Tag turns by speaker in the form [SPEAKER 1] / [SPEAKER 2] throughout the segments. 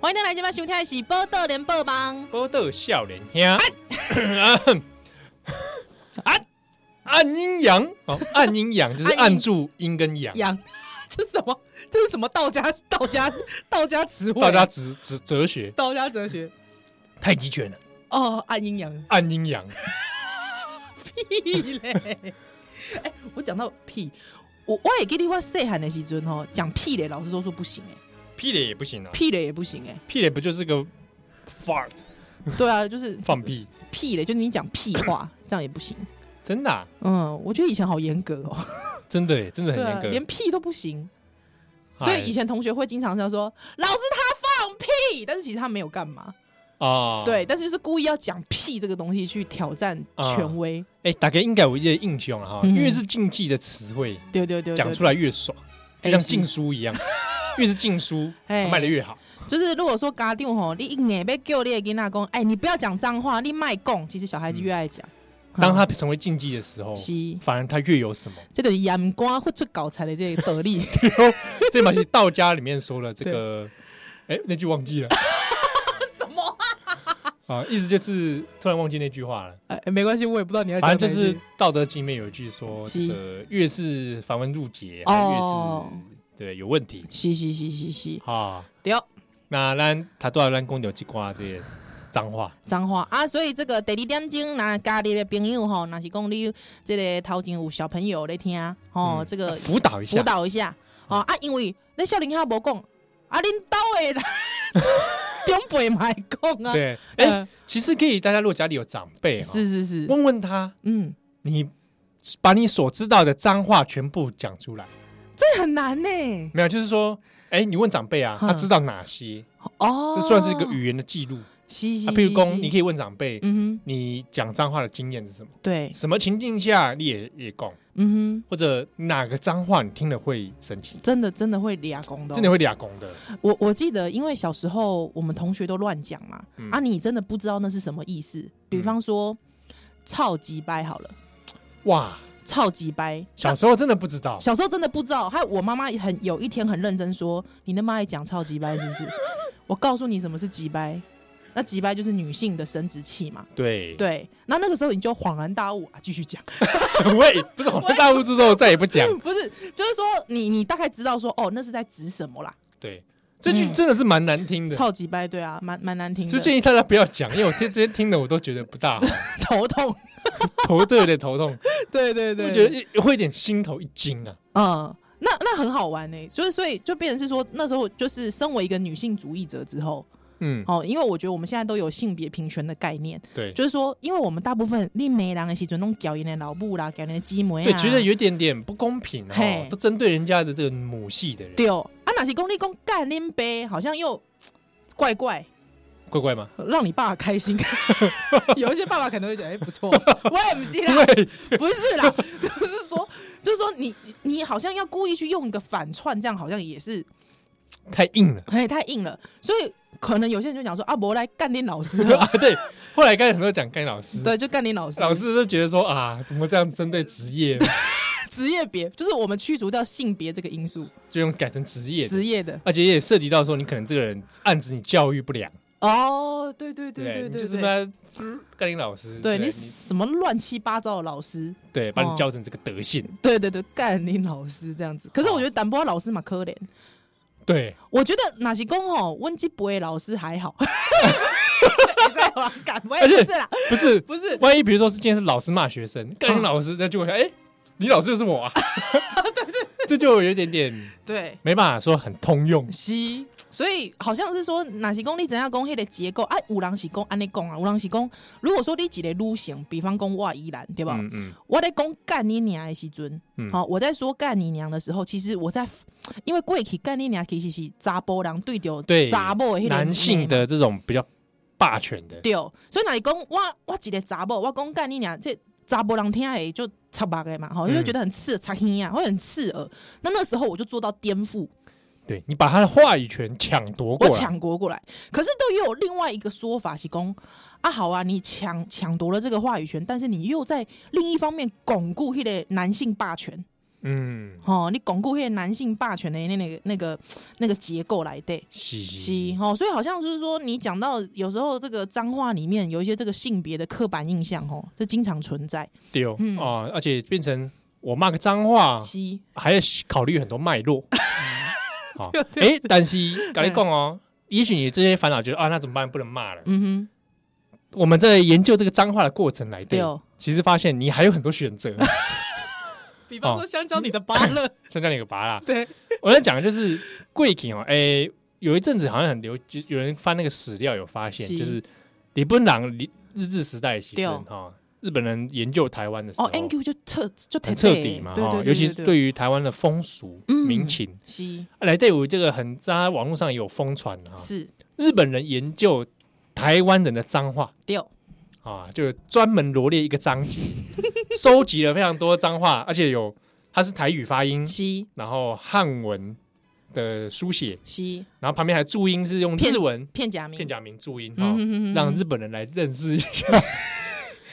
[SPEAKER 1] 欢迎大家来今晚收听的是《报道联播网》，
[SPEAKER 2] 波豆笑脸兄，按按阴啊阳哦，按阴阳就是
[SPEAKER 1] 按阴
[SPEAKER 2] 按住阴跟阳，
[SPEAKER 1] 羊， 这是什么？这是什么道家道家道家词汇？
[SPEAKER 2] 道家哲哲哲学，
[SPEAKER 1] 道家哲学
[SPEAKER 2] 太极拳了，
[SPEAKER 1] 哦，按阴阳
[SPEAKER 2] 按阴阳，
[SPEAKER 1] 屁嘞！哎、我讲到屁，我我也给你我细汉的时阵哦，讲屁嘞，老师都说不行哎、
[SPEAKER 2] 屁咧也不行啊，
[SPEAKER 1] 屁嘞也不行哎、
[SPEAKER 2] 屁咧不就是个 fart
[SPEAKER 1] 对啊，就是
[SPEAKER 2] 放屁，
[SPEAKER 1] 屁嘞，就是你讲屁话，这样也不行。
[SPEAKER 2] 真的啊
[SPEAKER 1] 嗯，我觉得以前好严格哦，
[SPEAKER 2] 真的耶，真的很
[SPEAKER 1] 对啊，
[SPEAKER 2] 严
[SPEAKER 1] 连
[SPEAKER 2] 格，
[SPEAKER 1] 屁都不行。所以以前同学会经常这样说：“老师他放屁。”但是其实他没有干嘛，
[SPEAKER 2] 哎啊
[SPEAKER 1] 对，，但是就是故意要讲屁这个东西去挑战权威。
[SPEAKER 2] 哎，大概应该有一些印象啊了哈，
[SPEAKER 1] 嗯
[SPEAKER 2] 越是禁忌的词汇
[SPEAKER 1] 对对对，对
[SPEAKER 2] 讲出，来越爽，就
[SPEAKER 1] 哎
[SPEAKER 2] 像
[SPEAKER 1] 是
[SPEAKER 2] 禁书一样，越是禁书
[SPEAKER 1] 哎
[SPEAKER 2] 卖的越好。
[SPEAKER 1] 就是如果说家长吼，你一眼被叫你的囡仔讲，哎，你不要讲脏话，你卖供，其实小孩子越爱讲。
[SPEAKER 2] 当他
[SPEAKER 1] 嗯
[SPEAKER 2] 成为禁忌的时候，
[SPEAKER 1] 是，
[SPEAKER 2] 反而他越有什么。
[SPEAKER 1] 这就是眼光会出搞才的这个道 理。
[SPEAKER 2] 这把是道家里面说了这个，哎，那句忘记了
[SPEAKER 1] 什么？
[SPEAKER 2] 啊，意思就是突然忘记那句话了。
[SPEAKER 1] 哎，没关系，我也不知道你要讲哪
[SPEAKER 2] 反
[SPEAKER 1] 一句。
[SPEAKER 2] 正就是《道德经》里面有一句说，
[SPEAKER 1] 是
[SPEAKER 2] 这个越是繁文缛节，哎越
[SPEAKER 1] 哦
[SPEAKER 2] 是对有问题
[SPEAKER 1] 是是是是是，
[SPEAKER 2] 啊。
[SPEAKER 1] 对。哦
[SPEAKER 2] 那咱他都要咱公牛去挂这些脏话，
[SPEAKER 1] 脏话啊，所以这个第二点钟，那家里的朋友吼，那是讲你有这个头前有小朋友在听吼，
[SPEAKER 2] 嗯
[SPEAKER 1] 哦这个
[SPEAKER 2] 辅导一下，嗯
[SPEAKER 1] 辅导一下哦啊，因为那少林遐无讲，啊恁兜的 啦长辈嘛会讲啊，
[SPEAKER 2] 对。哎，
[SPEAKER 1] 嗯，
[SPEAKER 2] 其实可以，大家如果家里有长辈，哦
[SPEAKER 1] 是，是是，
[SPEAKER 2] 问问他，
[SPEAKER 1] 嗯，
[SPEAKER 2] 你把你所知道的脏话全部讲出来。
[SPEAKER 1] 这很难呢，
[SPEAKER 2] 没有，就是说，哎、你问长辈啊，
[SPEAKER 1] 嗯
[SPEAKER 2] 他知道哪些？
[SPEAKER 1] 哦，
[SPEAKER 2] 这算是一个，语言的记录啊。
[SPEAKER 1] 是是，
[SPEAKER 2] 譬如
[SPEAKER 1] 是
[SPEAKER 2] 公，你可以问长辈，
[SPEAKER 1] 嗯
[SPEAKER 2] 你讲脏话的经验是什么
[SPEAKER 1] 哼，？对，
[SPEAKER 2] 什么情境下你也也讲，
[SPEAKER 1] 嗯
[SPEAKER 2] 或者哪个脏话你听了会生气
[SPEAKER 1] 哼，，真的真的会俩公的哦，
[SPEAKER 2] 真的会俩公的。
[SPEAKER 1] 我我记得，因为小时候我们同学都乱讲嘛，
[SPEAKER 2] 嗯
[SPEAKER 1] 啊，你真的不知道那是什么意思。比方说，超级掰好了，
[SPEAKER 2] 哇，
[SPEAKER 1] 超级掰。
[SPEAKER 2] 小时候真的不知道，
[SPEAKER 1] 小时候真的不知道，还有我妈妈很有一天很认真说：“你那么爱讲超级掰是不是？” 我告诉你什么是急掰，那急掰就是女性的生殖器嘛。
[SPEAKER 2] 对
[SPEAKER 1] 对，那那个时候你就恍然大悟啊，继续讲，
[SPEAKER 2] 喂，不是我们大悟之后再也不讲。
[SPEAKER 1] 不是，就是说你你大概知道说哦，那是在指什么啦，
[SPEAKER 2] 对，这句
[SPEAKER 1] 嗯
[SPEAKER 2] 真的是蛮难听的，
[SPEAKER 1] 超级掰，对啊，蛮蛮难听
[SPEAKER 2] 是
[SPEAKER 1] 的，
[SPEAKER 2] 建议大家不要讲，因为我听这些听的我都觉得不大好，
[SPEAKER 1] 头痛，
[SPEAKER 2] 头都有点头痛，
[SPEAKER 1] 对对对
[SPEAKER 2] 我觉得会有点心头一惊啊。
[SPEAKER 1] 嗯，那那很好玩呢、欸所以所以就变成是说，那时候就是身为一个女性主义者之后，
[SPEAKER 2] 嗯，
[SPEAKER 1] 哦，因为我觉得我们现在都有性别平权的概念，
[SPEAKER 2] 对，
[SPEAKER 1] 就是说，因为我们大部分你没人的时准弄搞人的老母啦，搞人的啊鸡母啦，
[SPEAKER 2] 对，觉得有一点点不公平哦
[SPEAKER 1] 嘿，
[SPEAKER 2] 都针对人家的这个母系的人，
[SPEAKER 1] 对哦啊，哪些公立公干拎杯，好像又怪怪，
[SPEAKER 2] 怪怪 吗？
[SPEAKER 1] 让你爸爸开 心。有一些爸爸可能会觉得，哎、不错，我也不是啦，
[SPEAKER 2] 对，
[SPEAKER 1] 不是啦，就是说，就是说你你好像要故意去用一个反串，这样好像也是
[SPEAKER 2] 太硬了
[SPEAKER 1] 哎，太硬了，所以可能有些人就讲说啊，我来干点老 师
[SPEAKER 2] 啊！对，后来刚才很多讲干老师，
[SPEAKER 1] 对，就干点老师，
[SPEAKER 2] 老师都觉得说啊，怎么这样针对职 业呢，
[SPEAKER 1] 职业别，就是我们驱逐掉性别这个因素，
[SPEAKER 2] 就用改成职业的，
[SPEAKER 1] 职业的
[SPEAKER 2] 而且也涉及到说你可能这个人暗指你教育不良，
[SPEAKER 1] 哦，对对对
[SPEAKER 2] 对
[SPEAKER 1] 对
[SPEAKER 2] 不
[SPEAKER 1] 对
[SPEAKER 2] 你就是
[SPEAKER 1] 对，
[SPEAKER 2] 把他干你老师，
[SPEAKER 1] 对你
[SPEAKER 2] 你
[SPEAKER 1] 什么乱七八糟的老师，
[SPEAKER 2] 对把你
[SPEAKER 1] 哦
[SPEAKER 2] 教成这个德 性，
[SPEAKER 1] 对对对，干你老师这样子，可是我觉得胆波老师嘛可怜，
[SPEAKER 2] 对，
[SPEAKER 1] 我觉得哪些公吼温基博的老师还 好，在玩感，我
[SPEAKER 2] 而且
[SPEAKER 1] 也不是啦，，
[SPEAKER 2] 不是
[SPEAKER 1] 不是，
[SPEAKER 2] 万一比如说是今天是老师骂学生，干你老师，那就会哎，你老师就 是我啊，这就有一点点
[SPEAKER 1] 对，
[SPEAKER 2] 没办法说很通用，
[SPEAKER 1] 是，所以好像是说，哪是讲你怎样讲迄个结构？哎、啊，有人是讲安尼讲啊，有人是讲，如果说你一个路线，比方讲我依然对吧？
[SPEAKER 2] 嗯嗯。
[SPEAKER 1] 我在讲干你娘的时阵，
[SPEAKER 2] 嗯
[SPEAKER 1] 好、我在说干你娘的时候，其实我在， 因为过去干你娘其实是查甫人对着
[SPEAKER 2] 对
[SPEAKER 1] 查某的迄个
[SPEAKER 2] 男性
[SPEAKER 1] 娘嘛
[SPEAKER 2] 的这种比较霸权的，
[SPEAKER 1] 对，所以哪是讲我我一个查某，我讲干你娘这。查甫人听诶就插目的嘛，吼，因为
[SPEAKER 2] 嗯
[SPEAKER 1] 觉得很刺插耳啊，会很刺耳。那那时候我就做到颠覆，
[SPEAKER 2] 对你把他的话语权抢夺过
[SPEAKER 1] 我
[SPEAKER 2] 来，
[SPEAKER 1] 抢夺过来。可是都也有另外一个说法是讲啊，好啊，你抢抢夺了这个话语权，但是你又在另一方面巩固迄个男性霸权。
[SPEAKER 2] 嗯，
[SPEAKER 1] 哦，你巩固那个男性霸权的那那个那个那个结构来对。
[SPEAKER 2] 是是
[SPEAKER 1] 是哦，所以好像就是说，你讲到有时候这个脏话里面有一些这个性别的刻板印象哦，这经常存在。
[SPEAKER 2] 对
[SPEAKER 1] 嗯
[SPEAKER 2] 哦，而且变成我骂个脏话，
[SPEAKER 1] 是，
[SPEAKER 2] 还要考虑很多脉 络。好，
[SPEAKER 1] 哦
[SPEAKER 2] 哎，但是跟你讲哦，也许你这些烦恼觉得啊，那怎么办？不能骂了。
[SPEAKER 1] 嗯
[SPEAKER 2] 我们在研究这个脏话的过程来
[SPEAKER 1] 对
[SPEAKER 2] 对
[SPEAKER 1] 哦，
[SPEAKER 2] 其实发现你还有很多选择。
[SPEAKER 1] 哼，比
[SPEAKER 2] 方说
[SPEAKER 1] 香蕉你的芭 乐，
[SPEAKER 2] 像这样一个拔啦，
[SPEAKER 1] 对，
[SPEAKER 2] 我在讲的就是贵体哦，诶、有一阵子好像很流，就有人翻那个史料有发现，
[SPEAKER 1] 是
[SPEAKER 2] 就是李本朗日日治时代的时
[SPEAKER 1] 对
[SPEAKER 2] 候
[SPEAKER 1] 哦
[SPEAKER 2] 哈、日本人研究台湾的时候，
[SPEAKER 1] 哦，NQ 就彻就
[SPEAKER 2] 很
[SPEAKER 1] 特
[SPEAKER 2] 彻底嘛，
[SPEAKER 1] 对
[SPEAKER 2] 哈
[SPEAKER 1] 对，
[SPEAKER 2] 尤其是
[SPEAKER 1] 对
[SPEAKER 2] 对于台湾的风俗
[SPEAKER 1] 嗯
[SPEAKER 2] 民情，
[SPEAKER 1] 是
[SPEAKER 2] 啊来队伍这个很，大家网络上也有疯传哈，
[SPEAKER 1] 是
[SPEAKER 2] 日本人研究台湾人的脏话
[SPEAKER 1] 对哦
[SPEAKER 2] 啊，就专门罗列一个 章节，收集了非常多脏话，而且有它是台语发音，
[SPEAKER 1] 是
[SPEAKER 2] 然后汉文的书写，
[SPEAKER 1] 是
[SPEAKER 2] 然后旁边还注音是用
[SPEAKER 1] 片
[SPEAKER 2] 日文
[SPEAKER 1] 片假名，
[SPEAKER 2] 片假名注音哈、
[SPEAKER 1] 嗯，嗯嗯嗯
[SPEAKER 2] 让日本人来认识一下。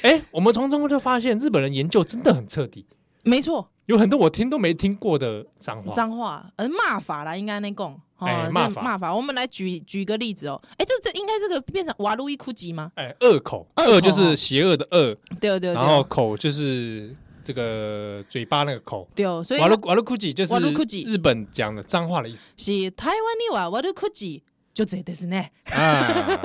[SPEAKER 2] 哎、我们从中就发现日本人研究真的很彻底，
[SPEAKER 1] 没错，
[SPEAKER 2] 有很多我听都没听过的脏话。
[SPEAKER 1] 脏话，呃，骂法啦，应该那讲，
[SPEAKER 2] 哦哎
[SPEAKER 1] 哦，
[SPEAKER 2] 骂
[SPEAKER 1] 这
[SPEAKER 2] 法
[SPEAKER 1] 骂法，我们来举举个例子哦，哎，这这应该这个变成瓦路易库吉吗？
[SPEAKER 2] 哎、恶口，
[SPEAKER 1] 恶口
[SPEAKER 2] 恶就是邪恶的恶，
[SPEAKER 1] 对对对，
[SPEAKER 2] 然后口就是这个嘴巴那个口。
[SPEAKER 1] 对哦，所以
[SPEAKER 2] 瓦鲁瓦鲁库吉就是
[SPEAKER 1] Walukuji
[SPEAKER 2] 日本讲的脏话 的意思
[SPEAKER 1] 是台湾的话，我的科技就这ですね。
[SPEAKER 2] 啊，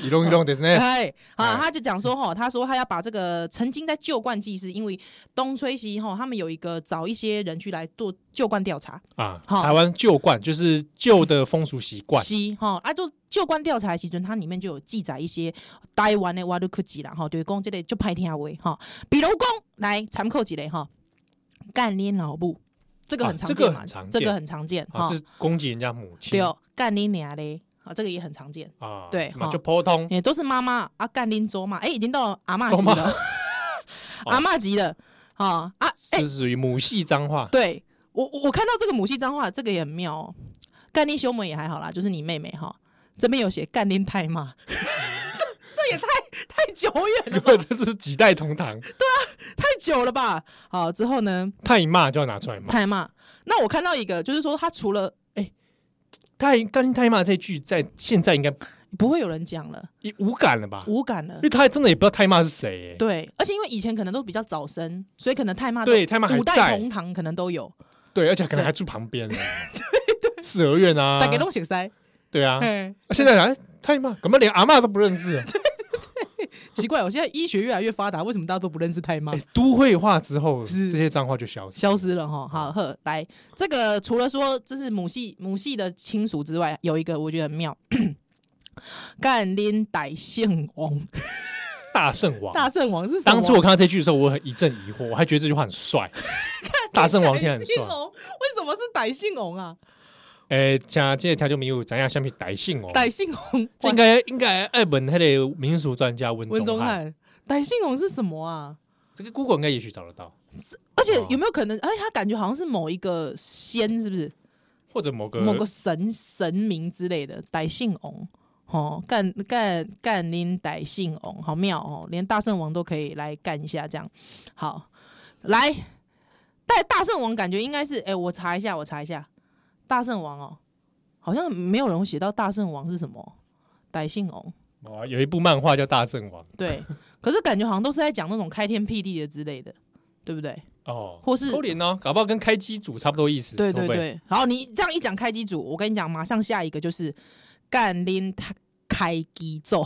[SPEAKER 2] 一弄一弄的是呢，
[SPEAKER 1] 哎，
[SPEAKER 2] 哎
[SPEAKER 1] 啊，他就讲说哈，他说他要把这个曾经在旧冠祭祀，因为东吹西吼，他们有一个找一些人去来做旧冠调查，
[SPEAKER 2] 啊，
[SPEAKER 1] 好
[SPEAKER 2] 台湾旧惯就是旧的风俗习惯，
[SPEAKER 1] 西哈啊，做旧冠调查的时阵，它里面就有记载一些台湾的瓦鲁科技啦哈，就是讲这个就歹听话哈，比如讲来参考一类哈，干练老母，这个
[SPEAKER 2] 啊
[SPEAKER 1] 很常
[SPEAKER 2] 这
[SPEAKER 1] 见
[SPEAKER 2] 个
[SPEAKER 1] 嘛，
[SPEAKER 2] 很常
[SPEAKER 1] 这个
[SPEAKER 2] 见
[SPEAKER 1] 很常见
[SPEAKER 2] 啊，
[SPEAKER 1] 哈
[SPEAKER 2] 这，是攻击人家母亲，
[SPEAKER 1] 对哦，干你娘嘞啊，这个也很常见。
[SPEAKER 2] 啊，
[SPEAKER 1] 对
[SPEAKER 2] 嘛
[SPEAKER 1] 哈
[SPEAKER 2] 就沟通
[SPEAKER 1] 也都是妈妈啊，干拎粥嘛，哎、已经到了阿妈
[SPEAKER 2] 周
[SPEAKER 1] 级
[SPEAKER 2] 妈
[SPEAKER 1] 了， 阿妈级了啊啊！哎、
[SPEAKER 2] 是属于母系脏话
[SPEAKER 1] 对我我我看到这个母系脏话，这个也很妙、哦，干拎兄妹也还好啦，就是你妹妹哈，这边有写干拎太妈，这 这也太太久远了，
[SPEAKER 2] 因为 这是几代同堂，
[SPEAKER 1] 太久了吧？好，之后呢，
[SPEAKER 2] 太骂就要拿出来骂，
[SPEAKER 1] 太骂。那我看到一个，就是说他除了
[SPEAKER 2] 太干太骂这句在现在应该
[SPEAKER 1] 不会有人讲了，
[SPEAKER 2] 也无感了吧？
[SPEAKER 1] 无感了
[SPEAKER 2] 因。为他真的也不知道太骂是谁耶，
[SPEAKER 1] 对，而且因为以前可能都比较早生，所以可能太骂都
[SPEAKER 2] 对太骂还
[SPEAKER 1] 五代
[SPEAKER 2] 在
[SPEAKER 1] 同堂可能都有，
[SPEAKER 2] 对，而且可能还住旁 边呢，四合院啊
[SPEAKER 1] 大，概都写塞。
[SPEAKER 2] 对啊，
[SPEAKER 1] 嘿
[SPEAKER 2] 啊现在哎太骂，怎么连阿嬷都不 认识了？
[SPEAKER 1] 奇怪，我现在医学越来越发达，为什么大家都不认识太妈
[SPEAKER 2] 哎？都会化之后，这
[SPEAKER 1] 是
[SPEAKER 2] 些脏话就消失，
[SPEAKER 1] 消失了哈，好呵，来这个除了说这是母系母系的亲属之外，有一个我觉得很妙， 干拎歹姓王，
[SPEAKER 2] 大圣王。
[SPEAKER 1] 大圣王是什么
[SPEAKER 2] 当初我看到这句的时候，我很一阵疑惑，我还觉得这句话 很帅，大圣王听起来很帅
[SPEAKER 1] 歹姓。王为什么是歹姓王啊？
[SPEAKER 2] 诶，呃请这个条件民有咱下下面歹姓哦，
[SPEAKER 1] 歹姓王，
[SPEAKER 2] 这应该应该爱本那个民俗专家温
[SPEAKER 1] 文
[SPEAKER 2] 宗
[SPEAKER 1] 中
[SPEAKER 2] 汉，
[SPEAKER 1] 汉，歹姓王是什么啊？
[SPEAKER 2] 这个 Google 应该也许找得到，
[SPEAKER 1] 而且有没有可能？而且他感觉好像是某一个仙，是不是？
[SPEAKER 2] 或者某个
[SPEAKER 1] 某个神神明之类的，歹姓翁哦，干干干拎歹姓翁，好妙哦，连大圣王都可以来干一下，这样好来。但大圣王感觉应该是，哎、我查一下，我查一下，大圣王哦，好像没有人会写到大圣王是什么，歹姓翁
[SPEAKER 2] 哦，有一部漫画叫《大圣王》
[SPEAKER 1] 对，可是感觉好像都是在讲那种开天辟地的之类的，对不对？
[SPEAKER 2] 哦，
[SPEAKER 1] 或是
[SPEAKER 2] 扣脸哦，搞不好跟开机组差不多意思，
[SPEAKER 1] 对对
[SPEAKER 2] 会不会，
[SPEAKER 1] 对，然后你这样一讲开机组，我跟你讲，马上下一个就是干拎他开机咒，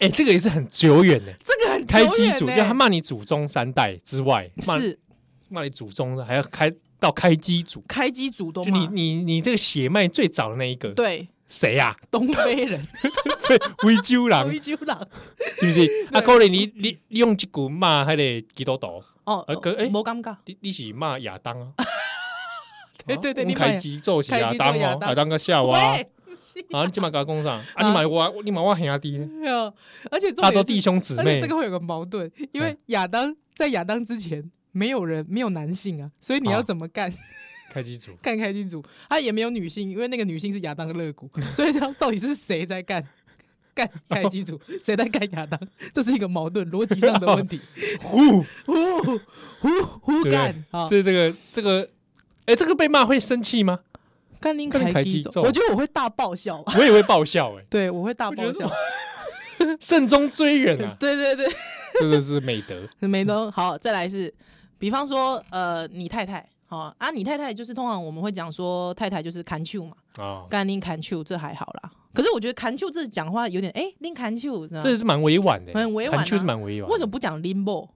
[SPEAKER 2] 哎，这个也是很久 远的，
[SPEAKER 1] 这个很久
[SPEAKER 2] 开
[SPEAKER 1] 远
[SPEAKER 2] 机组
[SPEAKER 1] 呢
[SPEAKER 2] 要他骂你祖宗三代之外，骂
[SPEAKER 1] 是
[SPEAKER 2] 骂你祖宗还要开到开机组，
[SPEAKER 1] 开机组都
[SPEAKER 2] 就你
[SPEAKER 1] 嘛，
[SPEAKER 2] 你你这个血脉最早的那一个，
[SPEAKER 1] 对，
[SPEAKER 2] 谁啊 呀？
[SPEAKER 1] 东非人
[SPEAKER 2] 对，维鸠 郎
[SPEAKER 1] 非洲人
[SPEAKER 2] 是不是？啊，可能你你你用这句骂迄个基督徒，
[SPEAKER 1] 哦
[SPEAKER 2] 呃可，哎
[SPEAKER 1] 没尴尬，
[SPEAKER 2] 你你是骂亚当啊？
[SPEAKER 1] 对对对
[SPEAKER 2] 啊
[SPEAKER 1] 你
[SPEAKER 2] 我们
[SPEAKER 1] 骂
[SPEAKER 2] 开机做是亚
[SPEAKER 1] 开
[SPEAKER 2] 当
[SPEAKER 1] 基做亚
[SPEAKER 2] 哦，
[SPEAKER 1] 当
[SPEAKER 2] 亚当个夏娃啊
[SPEAKER 1] 喂，，
[SPEAKER 2] 啊你今嘛甲讲啥？啊，你买我，你买我兄弟，
[SPEAKER 1] 没有，啊而且重
[SPEAKER 2] 大
[SPEAKER 1] 点
[SPEAKER 2] 多
[SPEAKER 1] 是
[SPEAKER 2] 弟兄姊
[SPEAKER 1] 而
[SPEAKER 2] 妹
[SPEAKER 1] 且这，个会有个矛盾，因为
[SPEAKER 2] 哎
[SPEAKER 1] 亚当在亚当之前没有人没有男性啊，所以你
[SPEAKER 2] 啊
[SPEAKER 1] 要怎么干？
[SPEAKER 2] 开机组
[SPEAKER 1] 干啊 开机组，他也没有女性，因为那个女性是亚当的肋骨，所以他到底是谁在干？ 干盖基 础，谁在盖亚当？这是一个矛盾逻辑上的问 题。
[SPEAKER 2] 呼，
[SPEAKER 1] 呼呼呼
[SPEAKER 2] 哦对不
[SPEAKER 1] 干
[SPEAKER 2] 对
[SPEAKER 1] 啊！
[SPEAKER 2] 这这个这个，哎，这个被骂会生气吗？
[SPEAKER 1] 干林
[SPEAKER 2] 干林
[SPEAKER 1] 凯
[SPEAKER 2] 凯
[SPEAKER 1] 基
[SPEAKER 2] 基
[SPEAKER 1] 走，
[SPEAKER 2] 走
[SPEAKER 1] 啊我觉得我会大爆笑 吧。
[SPEAKER 2] 我也会爆笑哎，
[SPEAKER 1] 对，我会大
[SPEAKER 2] 我
[SPEAKER 1] 爆
[SPEAKER 2] 觉得
[SPEAKER 1] 笑。
[SPEAKER 2] 慎终追远啊，
[SPEAKER 1] 对对对，
[SPEAKER 2] 这个是美德。
[SPEAKER 1] 没东好，再来是，比方说，呃，你太太，好、啊，你太太就是通常我们会讲说，太太就是砍球嘛，
[SPEAKER 2] 啊，
[SPEAKER 1] 干拎砍球这还好啦。可是我觉得砍球这讲话有点，哎、拎砍球，
[SPEAKER 2] 这也是蛮委婉的，
[SPEAKER 1] 很委婉啊
[SPEAKER 2] 韩秋是蛮委婉的。
[SPEAKER 1] 为什么不讲 limbo？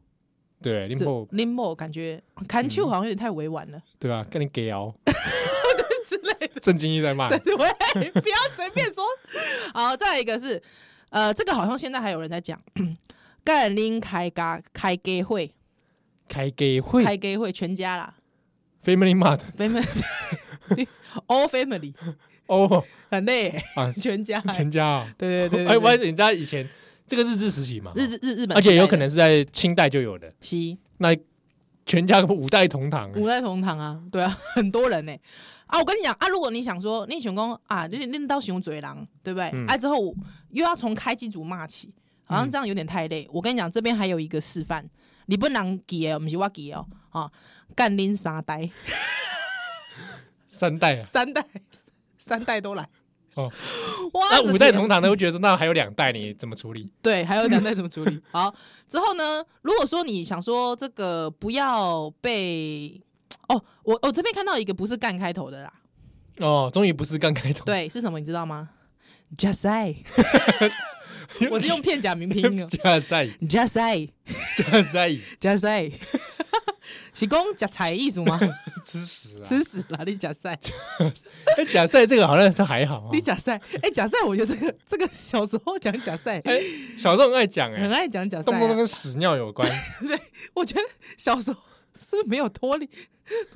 [SPEAKER 2] 对
[SPEAKER 1] 这
[SPEAKER 2] ，limbo
[SPEAKER 1] limbo 感觉砍
[SPEAKER 2] 嗯
[SPEAKER 1] 球好像有点太委婉了，
[SPEAKER 2] 对吧？跟你给 熬，
[SPEAKER 1] 之类的。
[SPEAKER 2] 郑经一在骂，
[SPEAKER 1] 对，不要随便说。好，再来一个是，呃，这个好像现在还有人在讲， 干拎开嘎开 gay 会，
[SPEAKER 2] 开给会
[SPEAKER 1] 开 gay 会全家啦
[SPEAKER 2] family mart
[SPEAKER 1] ，family all family
[SPEAKER 2] 哦
[SPEAKER 1] 很累欸、
[SPEAKER 2] 啊，
[SPEAKER 1] 全家欸、
[SPEAKER 2] 全家啊，
[SPEAKER 1] 对对对对
[SPEAKER 2] 哎，
[SPEAKER 1] 对
[SPEAKER 2] 我还人家以前这个日治时期嘛，
[SPEAKER 1] 日日日本时代的，
[SPEAKER 2] 而且有可能是在清代就有的，
[SPEAKER 1] 西
[SPEAKER 2] 那全家五代同堂，
[SPEAKER 1] 五代同堂啊，对啊， 很多人呢、啊，我跟你讲啊，如果你想说你想讲啊，你你到熊嘴狼，对不对？
[SPEAKER 2] 嗯
[SPEAKER 1] 啊，之后又要从开机组骂起，好像这样有点太累。我跟你讲，这边还有一个示范，你不能记的，不是我记的哦，啊，干拎三代，
[SPEAKER 2] 三代啊，
[SPEAKER 1] 三代，三代都来。
[SPEAKER 2] 哦，
[SPEAKER 1] 哇
[SPEAKER 2] 那五代同
[SPEAKER 1] 堂
[SPEAKER 2] 堂的会觉得说，那还有两代你怎么处理？
[SPEAKER 1] 对，还有两代怎么处理？ 好，之后呢？如果说你想说这个不要被哦，我我这边看到一个不是干开头的 啦，
[SPEAKER 2] 哦，终于不是刚开头，
[SPEAKER 1] 对，是什么你知道吗？Just I，
[SPEAKER 2] 因为，
[SPEAKER 1] 我是 用片假名拼音的
[SPEAKER 2] 加塞
[SPEAKER 1] Just I，Just
[SPEAKER 2] 加塞
[SPEAKER 1] I，是讲夹菜艺术 吗？
[SPEAKER 2] 吃屎了，
[SPEAKER 1] 吃屎啦！你夹菜，
[SPEAKER 2] 哎假赛这个好像就还好啊
[SPEAKER 1] 你，夹菜，哎，夹菜，我觉得这个这个小时候讲夹菜，
[SPEAKER 2] 哎，小时候很爱讲
[SPEAKER 1] 很
[SPEAKER 2] 哎，
[SPEAKER 1] 爱讲夹
[SPEAKER 2] 动
[SPEAKER 1] 菜
[SPEAKER 2] 不动
[SPEAKER 1] 啊。
[SPEAKER 2] 跟屎尿 有关，
[SPEAKER 1] 我觉得小时候是不是没有脱离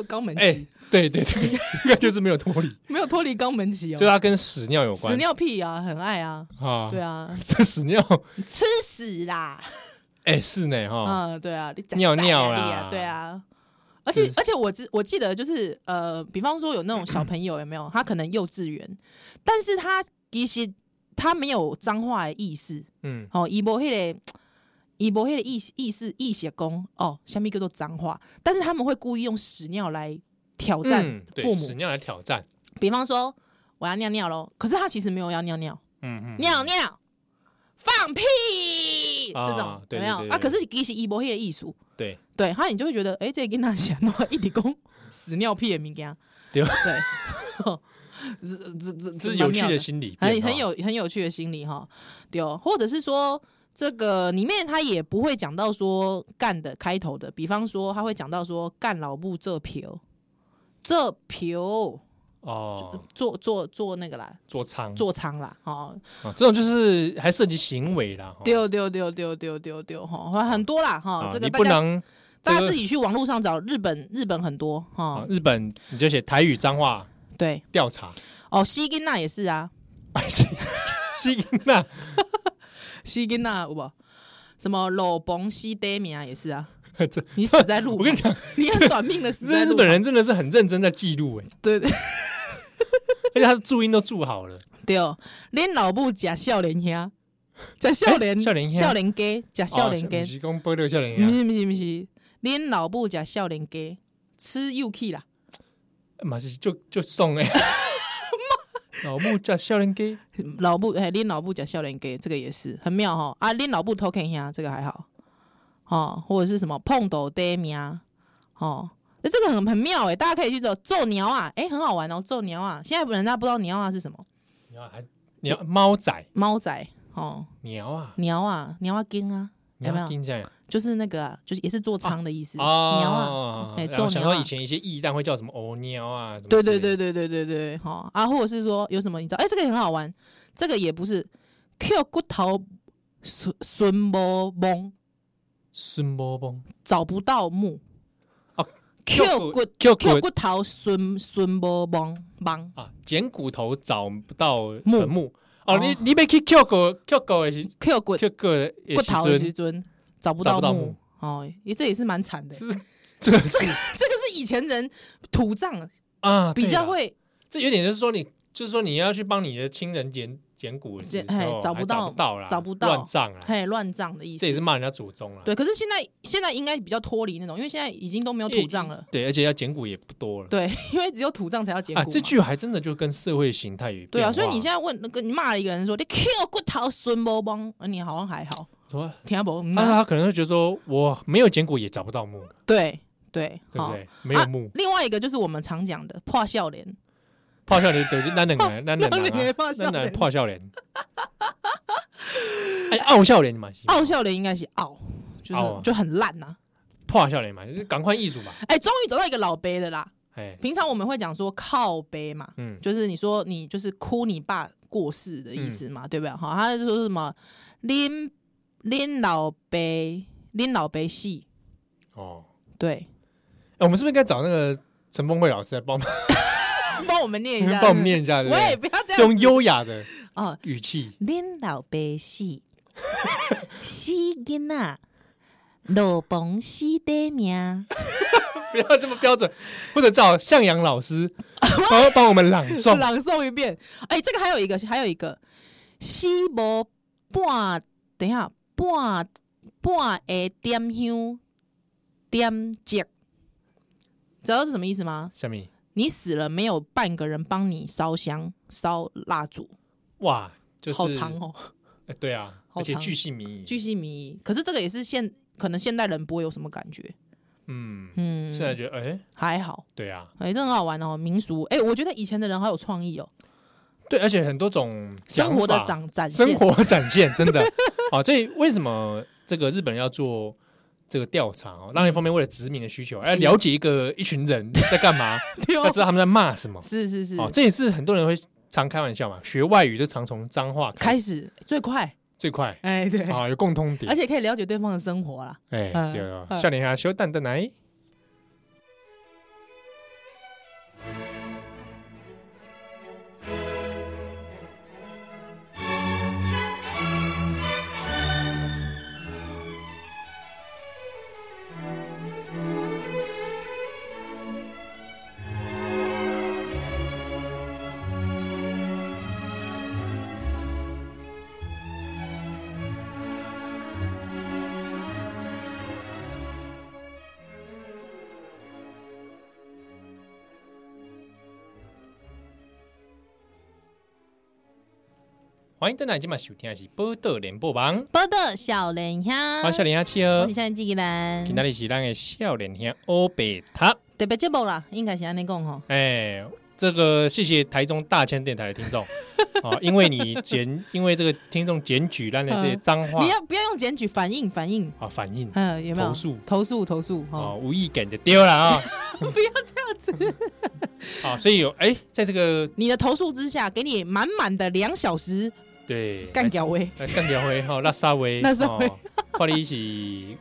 [SPEAKER 1] 肛门
[SPEAKER 2] 哎
[SPEAKER 1] 期，，
[SPEAKER 2] 对对 对，应该就是没有脱离，
[SPEAKER 1] 没有脱离肛门期
[SPEAKER 2] 就
[SPEAKER 1] 哦。
[SPEAKER 2] 它跟屎尿有关，
[SPEAKER 1] 屎尿屁啊，很爱啊。
[SPEAKER 2] 啊，
[SPEAKER 1] 对，啊，
[SPEAKER 2] 这屎尿，
[SPEAKER 1] 吃屎啦！
[SPEAKER 2] 哎是呢哈，
[SPEAKER 1] 嗯，对啊，你假
[SPEAKER 2] 尿
[SPEAKER 1] 赛啊
[SPEAKER 2] 尿
[SPEAKER 1] 你
[SPEAKER 2] 啦
[SPEAKER 1] 啊，对啊。而且
[SPEAKER 2] 就是
[SPEAKER 1] 而且我记我记得就是呃，比方说有那种小朋友有没有？他可能幼稚园，但是他其实他没有脏话的意思
[SPEAKER 2] 嗯，
[SPEAKER 1] 哦，伊无迄个伊无迄个意思意思意思讲哦，下面叫做脏话，但是他们会故意用屎尿来挑战
[SPEAKER 2] 嗯对
[SPEAKER 1] 父
[SPEAKER 2] 屎
[SPEAKER 1] 母，
[SPEAKER 2] 尿来挑战，
[SPEAKER 1] 比方说我要尿尿喽，可是他其实没有要尿尿，
[SPEAKER 2] 嗯嗯，
[SPEAKER 1] 尿尿、放屁、
[SPEAKER 2] 啊
[SPEAKER 1] 这种
[SPEAKER 2] 对
[SPEAKER 1] 有没有
[SPEAKER 2] 对对
[SPEAKER 1] 啊？
[SPEAKER 2] 对
[SPEAKER 1] 可是其实伊无迄个艺术，
[SPEAKER 2] 对，
[SPEAKER 1] 对，他你就会觉得，哎、这个囡仔是安怎一直讲屎尿屁的物件，
[SPEAKER 2] 对
[SPEAKER 1] 对，哦 这这这
[SPEAKER 2] 这是有趣
[SPEAKER 1] 蛮妙
[SPEAKER 2] 的哦心理变
[SPEAKER 1] 很
[SPEAKER 2] 化，
[SPEAKER 1] 很有很有趣的心理哈，对哦，或者是说这个里面他也不会讲到说干的开头的，比方说他会讲到说干老母这瓢。这瓢
[SPEAKER 2] 哦，
[SPEAKER 1] 做做做那个啦，
[SPEAKER 2] 做仓
[SPEAKER 1] 做仓啦，哦，
[SPEAKER 2] 啊，这种就是还涉及行为啦，哈
[SPEAKER 1] 丢丢丢丢丢丢丢哦哈，很多啦哈，
[SPEAKER 2] 啊
[SPEAKER 1] 哦这个
[SPEAKER 2] 你
[SPEAKER 1] 大
[SPEAKER 2] 不
[SPEAKER 1] 家
[SPEAKER 2] 能
[SPEAKER 1] 大
[SPEAKER 2] 这
[SPEAKER 1] 家
[SPEAKER 2] 个
[SPEAKER 1] 自己去网络上找日本日本很多哈
[SPEAKER 2] 啊，，日本你就写台语脏话
[SPEAKER 1] 对
[SPEAKER 2] 调查，
[SPEAKER 1] 哦，西金娜也是啊，
[SPEAKER 2] 西西 那
[SPEAKER 1] 西金娜有不？什么老崩西爹米啊也是啊，
[SPEAKER 2] 这
[SPEAKER 1] 你死在路，
[SPEAKER 2] 我跟你，讲，
[SPEAKER 1] 你很短命的死在
[SPEAKER 2] 这
[SPEAKER 1] 路，
[SPEAKER 2] 日本人真的是很认真在记录哎，
[SPEAKER 1] 对 对
[SPEAKER 2] 而且他的注音都注好了，
[SPEAKER 1] 对哦，恁老母假笑脸兄，假笑脸
[SPEAKER 2] 哎少年兄哦
[SPEAKER 1] 笑脸鸡，假笑脸
[SPEAKER 2] 跟
[SPEAKER 1] 鸡，
[SPEAKER 2] 提供波特笑脸
[SPEAKER 1] 不
[SPEAKER 2] 呀，
[SPEAKER 1] 是不是不是，恁老母假笑脸鸡，吃又气啦， 嗯
[SPEAKER 2] 马是就就送哎，老木叫笑脸给
[SPEAKER 1] 老布哎，拎老布假笑脸给这个也是很妙哈啊，拎老布 token 下这个还好哦，或者是什么碰斗爹咪啊哦，那这个很很妙哎、大家可以去走揍鸟啊，哎、很好玩哦，揍鸟啊，现在人家不知道鸟啊是什么，
[SPEAKER 2] 鸟还鸟猫仔
[SPEAKER 1] 猫仔哦，
[SPEAKER 2] 鸟啊，
[SPEAKER 1] 鸟啊鸟啊精啊，有
[SPEAKER 2] 鸟
[SPEAKER 1] 没有
[SPEAKER 2] 听这样
[SPEAKER 1] 就是那个、啊、就是也是做仓的意思，
[SPEAKER 2] 哦
[SPEAKER 1] 鸟啊，哎、
[SPEAKER 2] 然
[SPEAKER 1] 揍
[SPEAKER 2] 后想
[SPEAKER 1] 鸟
[SPEAKER 2] 到
[SPEAKER 1] 啊
[SPEAKER 2] 以。前一些艺蛋会叫什么欧鸟啊，什么
[SPEAKER 1] 对
[SPEAKER 2] 之类
[SPEAKER 1] 对对
[SPEAKER 2] 的
[SPEAKER 1] 对对对对，哈啊，或者是说有什么你知道？哎、这个也很好玩，这个也不是 Q 骨头孙孙摸蒙，
[SPEAKER 2] 孙波崩
[SPEAKER 1] 找不到墓
[SPEAKER 2] 哦
[SPEAKER 1] ，Q 骨
[SPEAKER 2] Q
[SPEAKER 1] Q
[SPEAKER 2] 骨
[SPEAKER 1] 骨头孙孙波帮帮，
[SPEAKER 2] 啊，捡骨头找不到
[SPEAKER 1] 木
[SPEAKER 2] 坟墓哦，你
[SPEAKER 1] 哦
[SPEAKER 2] 你被去 Q 狗 Q 狗也是
[SPEAKER 1] Q 骨
[SPEAKER 2] Q 狗的也
[SPEAKER 1] 骨
[SPEAKER 2] 是
[SPEAKER 1] 头的时
[SPEAKER 2] 尊，
[SPEAKER 1] 尊找不
[SPEAKER 2] 找
[SPEAKER 1] 到
[SPEAKER 2] 不到
[SPEAKER 1] 墓
[SPEAKER 2] 墓
[SPEAKER 1] 哦，也这也是蛮惨的。
[SPEAKER 2] 这这个是
[SPEAKER 1] 这个是以前人土葬
[SPEAKER 2] 啊，
[SPEAKER 1] 比
[SPEAKER 2] 对
[SPEAKER 1] 较
[SPEAKER 2] 啦，
[SPEAKER 1] 会
[SPEAKER 2] 这有点就是说你就是说你要去帮你的亲人捡简古的时
[SPEAKER 1] 简
[SPEAKER 2] 候
[SPEAKER 1] 嘿找
[SPEAKER 2] 还
[SPEAKER 1] 不
[SPEAKER 2] 找
[SPEAKER 1] 到
[SPEAKER 2] 到啦，
[SPEAKER 1] 找不到
[SPEAKER 2] 乱葬啦，
[SPEAKER 1] 嘿，乱葬的意
[SPEAKER 2] 这
[SPEAKER 1] 思
[SPEAKER 2] 也。是骂人家祖宗啦。
[SPEAKER 1] 对，可是现在现在应该比较脱离那种，因为现在已经都没有
[SPEAKER 2] 因为
[SPEAKER 1] 土葬了。
[SPEAKER 2] 对，而且要简古也不多了。
[SPEAKER 1] 对， 因为只有土葬才要捡骨
[SPEAKER 2] 啊，
[SPEAKER 1] 嘛。
[SPEAKER 2] 这句还真的就跟社会形态有
[SPEAKER 1] 对啊，
[SPEAKER 2] 变
[SPEAKER 1] 所以
[SPEAKER 2] 化
[SPEAKER 1] 你现在问那个你骂了一个人说你 Q 骨头孙波帮，啊你好像还好，
[SPEAKER 2] 说
[SPEAKER 1] 听不懂？嗯
[SPEAKER 2] 他
[SPEAKER 1] 啊
[SPEAKER 2] 他可能会觉得说我没有捡骨也找不到墓，
[SPEAKER 1] 对对，
[SPEAKER 2] 对不
[SPEAKER 1] 好。
[SPEAKER 2] 对？嗯没有墓，
[SPEAKER 1] 另外一个就是我们常讲的破笑脸，
[SPEAKER 2] 泡笑脸得是那 两个，那两
[SPEAKER 1] 那两
[SPEAKER 2] 个
[SPEAKER 1] 个
[SPEAKER 2] 啊
[SPEAKER 1] 泡，笑
[SPEAKER 2] 那
[SPEAKER 1] 脸
[SPEAKER 2] 两个泡笑脸，哎，傲笑脸嘛，是
[SPEAKER 1] 傲笑脸应该是傲，就是、
[SPEAKER 2] 傲啊
[SPEAKER 1] 就很烂呐、
[SPEAKER 2] 泡笑脸嘛，就是赶快艺术嘛，
[SPEAKER 1] 哎、终于找到一个老杯的啦。
[SPEAKER 2] 哎，
[SPEAKER 1] 平常我们会讲说靠杯嘛，
[SPEAKER 2] 嗯，
[SPEAKER 1] 就是你说你就是哭你爸过世的意思嘛，
[SPEAKER 2] 嗯
[SPEAKER 1] 对不对？好，他就说什么拎拎老杯，拎老杯戏，
[SPEAKER 2] 哦，
[SPEAKER 1] 对，
[SPEAKER 2] 哎我们是不是应该找那个陈峰慧老师来 帮我们
[SPEAKER 1] 帮我们念一下，
[SPEAKER 2] 帮我们念一下，对不
[SPEAKER 1] 喂，
[SPEAKER 2] 对？
[SPEAKER 1] 不要这样
[SPEAKER 2] 用优雅的
[SPEAKER 1] 哦，
[SPEAKER 2] 语气，
[SPEAKER 1] 恁老爸死，死囡仔，落榜死的命。
[SPEAKER 2] 不要这么标准，或者找向阳 老师帮帮我们朗诵，
[SPEAKER 1] 朗诵一遍。哎、这个还有一个，还有一个，死无半，等一下半半下点香点烛，知道是什么意思吗？
[SPEAKER 2] 小米，
[SPEAKER 1] 你死了，没有半个人帮你烧香、烧蜡烛，
[SPEAKER 2] 哇，就是
[SPEAKER 1] 好长哦，
[SPEAKER 2] 哎对啊，
[SPEAKER 1] 好
[SPEAKER 2] 而且
[SPEAKER 1] 长
[SPEAKER 2] 巨细靡遗，
[SPEAKER 1] 巨细靡遗。可是这个也是现，可能现代人不会有什么感觉。
[SPEAKER 2] 嗯，
[SPEAKER 1] 嗯，
[SPEAKER 2] 现在觉得哎，
[SPEAKER 1] 还好。
[SPEAKER 2] 对啊，
[SPEAKER 1] 哎、这很好玩哦，民俗。哎、我觉得以前的人好有创意哦，
[SPEAKER 2] 对，而且很多种
[SPEAKER 1] 生活的
[SPEAKER 2] 想法
[SPEAKER 1] 展展现
[SPEAKER 2] 生，活展现，真 的好。所以为什么这个日本人要做这个调查哦？当然一方面为了殖民的需求，要哎了解一个一群人在干嘛，
[SPEAKER 1] 对哦
[SPEAKER 2] 要知道他们在骂什么。
[SPEAKER 1] 是是是，
[SPEAKER 2] 哦，这也是很多人会常开玩笑嘛，学外语就常从脏话开
[SPEAKER 1] 开
[SPEAKER 2] 始
[SPEAKER 1] 始最快，
[SPEAKER 2] 最快
[SPEAKER 1] 哎、对，
[SPEAKER 2] 啊，有共通点
[SPEAKER 1] 而。且可以了解对方的生活啦。
[SPEAKER 2] 哎，
[SPEAKER 1] 嗯
[SPEAKER 2] 对哦，
[SPEAKER 1] 嗯
[SPEAKER 2] 笑脸啊，修蛋蛋来。欢迎蛋蛋，今晚收听的是《波特联播榜》，
[SPEAKER 1] 波的小莲香，
[SPEAKER 2] 欢迎笑脸啊，企
[SPEAKER 1] 我
[SPEAKER 2] 鹅
[SPEAKER 1] 是。夏季吉兰
[SPEAKER 2] 今，天的是咱的笑脸兄欧北塔。
[SPEAKER 1] 特别节目啦，应该是安尼讲吼。
[SPEAKER 2] 哎，这个谢谢台中大千电台的听 众啊，因为你检，因为这个听众检举让你这些脏 话
[SPEAKER 1] 你要不要用检举反应反应？
[SPEAKER 2] 啊反应
[SPEAKER 1] 嗯，有没有
[SPEAKER 2] 投诉
[SPEAKER 1] 投诉投诉
[SPEAKER 2] 啊，
[SPEAKER 1] 哈？
[SPEAKER 2] 无意梗就丢了啊
[SPEAKER 1] 不要这样子，
[SPEAKER 2] 啊，所以有哎，在这个
[SPEAKER 1] 你的投诉之下，给你满满的两小时
[SPEAKER 2] 对
[SPEAKER 1] 干掉位。
[SPEAKER 2] 来来干掉哦回哈，拉萨维
[SPEAKER 1] 拉萨维，
[SPEAKER 2] 哦看你是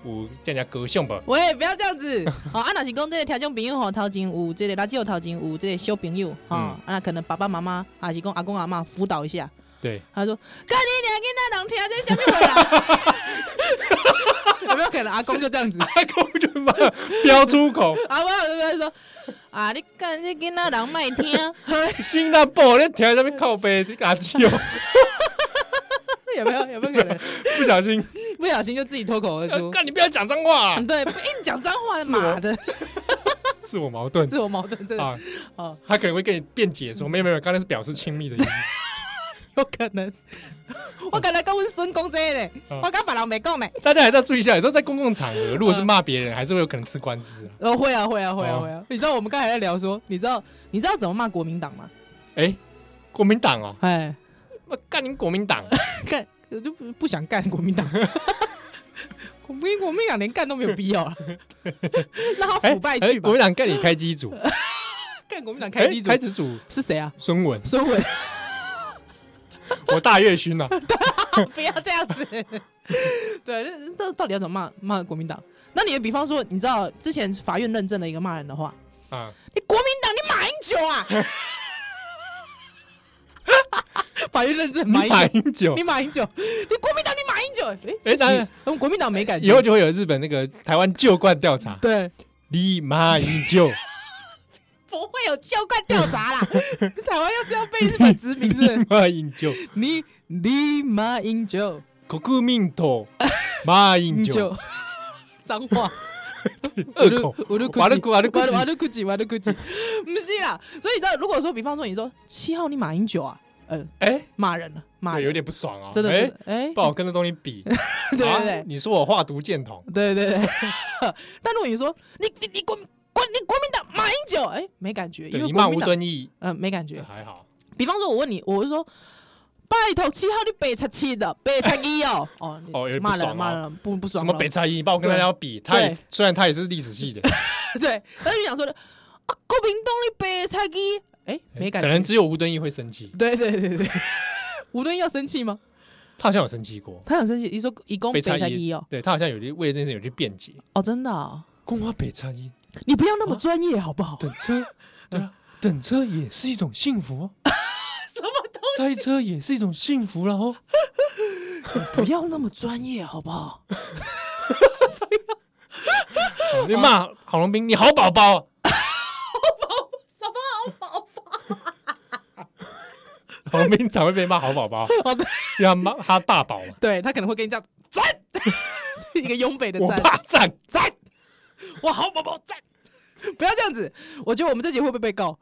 [SPEAKER 2] 有这样歌相吧？
[SPEAKER 1] 喂，不要这样子。好，啊，若是讲这个听众朋友吼，头前有这个垃圾有头前有这个小朋友吼，啊，那可能爸爸妈妈啊是讲阿公阿妈辅导一下。
[SPEAKER 2] 对，
[SPEAKER 1] 他说：“干你娘，囡仔人听这什么话啦？”有没有可能阿公就这 样子？
[SPEAKER 2] 阿公就骂飙出口，
[SPEAKER 1] 阿公有没有说：“啊，你干这囡仔人卖听？”
[SPEAKER 2] 新那宝你听在那边靠背，这个阿基哦，
[SPEAKER 1] 有没有？有没有可能
[SPEAKER 2] 不小心，
[SPEAKER 1] 不小心就自己脱口而 出？
[SPEAKER 2] 干你不要讲脏话 啊，
[SPEAKER 1] 对，一讲脏话，妈的，
[SPEAKER 2] 自我矛盾
[SPEAKER 1] 自我矛盾，真 的
[SPEAKER 2] 啊。
[SPEAKER 1] 哦，
[SPEAKER 2] 他可能会跟你辩解说，没有没有，刚才是表示亲密的意思。
[SPEAKER 1] 有可能。我刚才跟阮孙讲这个嘞，
[SPEAKER 2] 啊
[SPEAKER 1] 我跟别人没讲嘞。
[SPEAKER 2] 大家还是要注意一下，有时候在公共场合，如果是骂别人，还是会有可能吃官司啊。
[SPEAKER 1] 呃，会啊，会啊，会啊，
[SPEAKER 2] 哦
[SPEAKER 1] 会啊！你知道我们刚才在聊说，你知道你知道怎么骂国民党吗？
[SPEAKER 2] 哎，国民党哦，
[SPEAKER 1] 哎，
[SPEAKER 2] 我干你们国民党！
[SPEAKER 1] 干，我就不不想干国 民党。国民国民党连干都没有必 要了，让他
[SPEAKER 2] 哎
[SPEAKER 1] 腐败
[SPEAKER 2] 哎
[SPEAKER 1] 去吧
[SPEAKER 2] 国。民党干你开机组，
[SPEAKER 1] 干国民 党开机组
[SPEAKER 2] 哎开机组
[SPEAKER 1] 是谁啊？
[SPEAKER 2] 孙文，
[SPEAKER 1] 孙文，
[SPEAKER 2] 我大月勋啊，
[SPEAKER 1] 不要这样子。对，那那到底要怎么骂骂国民党？那你比方说，你知道之前法院认证的一个骂人的话，
[SPEAKER 2] 啊，
[SPEAKER 1] 你国民党，你马英九啊！法院认证
[SPEAKER 2] 你
[SPEAKER 1] 马
[SPEAKER 2] 马
[SPEAKER 1] 英九，
[SPEAKER 2] 英九
[SPEAKER 1] 你，马英九，你国民党，你马英九。哎、
[SPEAKER 2] 哎，当然
[SPEAKER 1] 我们国民党没感觉。
[SPEAKER 2] 以后就会有日本那个台湾旧惯调查，
[SPEAKER 1] 对，
[SPEAKER 2] 你马英九，
[SPEAKER 1] 不会有教官调查啦。台湾要是要被日本殖民， 是不是
[SPEAKER 2] 马英九，
[SPEAKER 1] 你你马英九
[SPEAKER 2] 国 民党，马英
[SPEAKER 1] 英
[SPEAKER 2] 九
[SPEAKER 1] 九， 脏 话。
[SPEAKER 2] 恶口，
[SPEAKER 1] 我就
[SPEAKER 2] 瓦鲁古瓦鲁古
[SPEAKER 1] 我
[SPEAKER 2] 吉
[SPEAKER 1] 就我就哭泣，我就哭泣，不是啦。所以你知道，如果说，比方说，你说七号你马英九啊，呃，
[SPEAKER 2] 哎，
[SPEAKER 1] 骂人了，骂
[SPEAKER 2] 对，
[SPEAKER 1] 人
[SPEAKER 2] 有点不爽啊，
[SPEAKER 1] 真的，真
[SPEAKER 2] 哎
[SPEAKER 1] 的，哎，
[SPEAKER 2] 不好跟那东西比，对
[SPEAKER 1] 对对对，
[SPEAKER 2] 啊你说我画毒箭筒，
[SPEAKER 1] 对对 对，但如果你说你你你国国你国民党马英九，哎、没感觉，因
[SPEAKER 2] 对
[SPEAKER 1] 为
[SPEAKER 2] 你骂
[SPEAKER 1] 国民
[SPEAKER 2] 吴
[SPEAKER 1] 党
[SPEAKER 2] 敦义
[SPEAKER 1] 呃没感觉。
[SPEAKER 2] 还好，
[SPEAKER 1] 比方说，我问你，我是说，拜托七号你北七七的北 七一哦，哦你
[SPEAKER 2] 哦有点不
[SPEAKER 1] 骂人
[SPEAKER 2] 爽
[SPEAKER 1] 骂
[SPEAKER 2] 啊
[SPEAKER 1] 人不不爽
[SPEAKER 2] 什
[SPEAKER 1] 了，
[SPEAKER 2] 么北差一，你把我跟他要比，他也
[SPEAKER 1] 对
[SPEAKER 2] 虽然他也是历史系的，
[SPEAKER 1] 对，但是就想说的啊，国民党你北七一，哎 没感
[SPEAKER 2] 可能
[SPEAKER 1] 觉，
[SPEAKER 2] 只有吴敦义会生气，
[SPEAKER 1] 对对对对， 吴敦义要生气吗？
[SPEAKER 2] 他好像有生气过，
[SPEAKER 1] 他很生气，你说一共北
[SPEAKER 2] 北
[SPEAKER 1] 七
[SPEAKER 2] 差
[SPEAKER 1] 一
[SPEAKER 2] 一
[SPEAKER 1] 哦，，
[SPEAKER 2] 对他好像有去为了这件事有去辩解，
[SPEAKER 1] 哦真的、哦，
[SPEAKER 2] 光华北差一
[SPEAKER 1] 你不要那么专业好不好？
[SPEAKER 2] 等 车，哦对啊，等车也是一种幸福，哦
[SPEAKER 1] 什么都
[SPEAKER 2] 塞车也是一种幸福，然后
[SPEAKER 1] 不要那么专业好不好？
[SPEAKER 2] 你骂郝龙斌，你好宝宝，啊
[SPEAKER 1] 什么好宝宝？
[SPEAKER 2] 郝龙斌常会被骂好宝宝，啊
[SPEAKER 1] 哦对。
[SPEAKER 2] 因为他骂他爸宝嘛，
[SPEAKER 1] 对他可能会跟你讲赞， 一个拥北的
[SPEAKER 2] 我
[SPEAKER 1] 赞
[SPEAKER 2] 爸赞，
[SPEAKER 1] 赞，我好宝宝赞，不要这样子，我觉得我们这集会不会被告？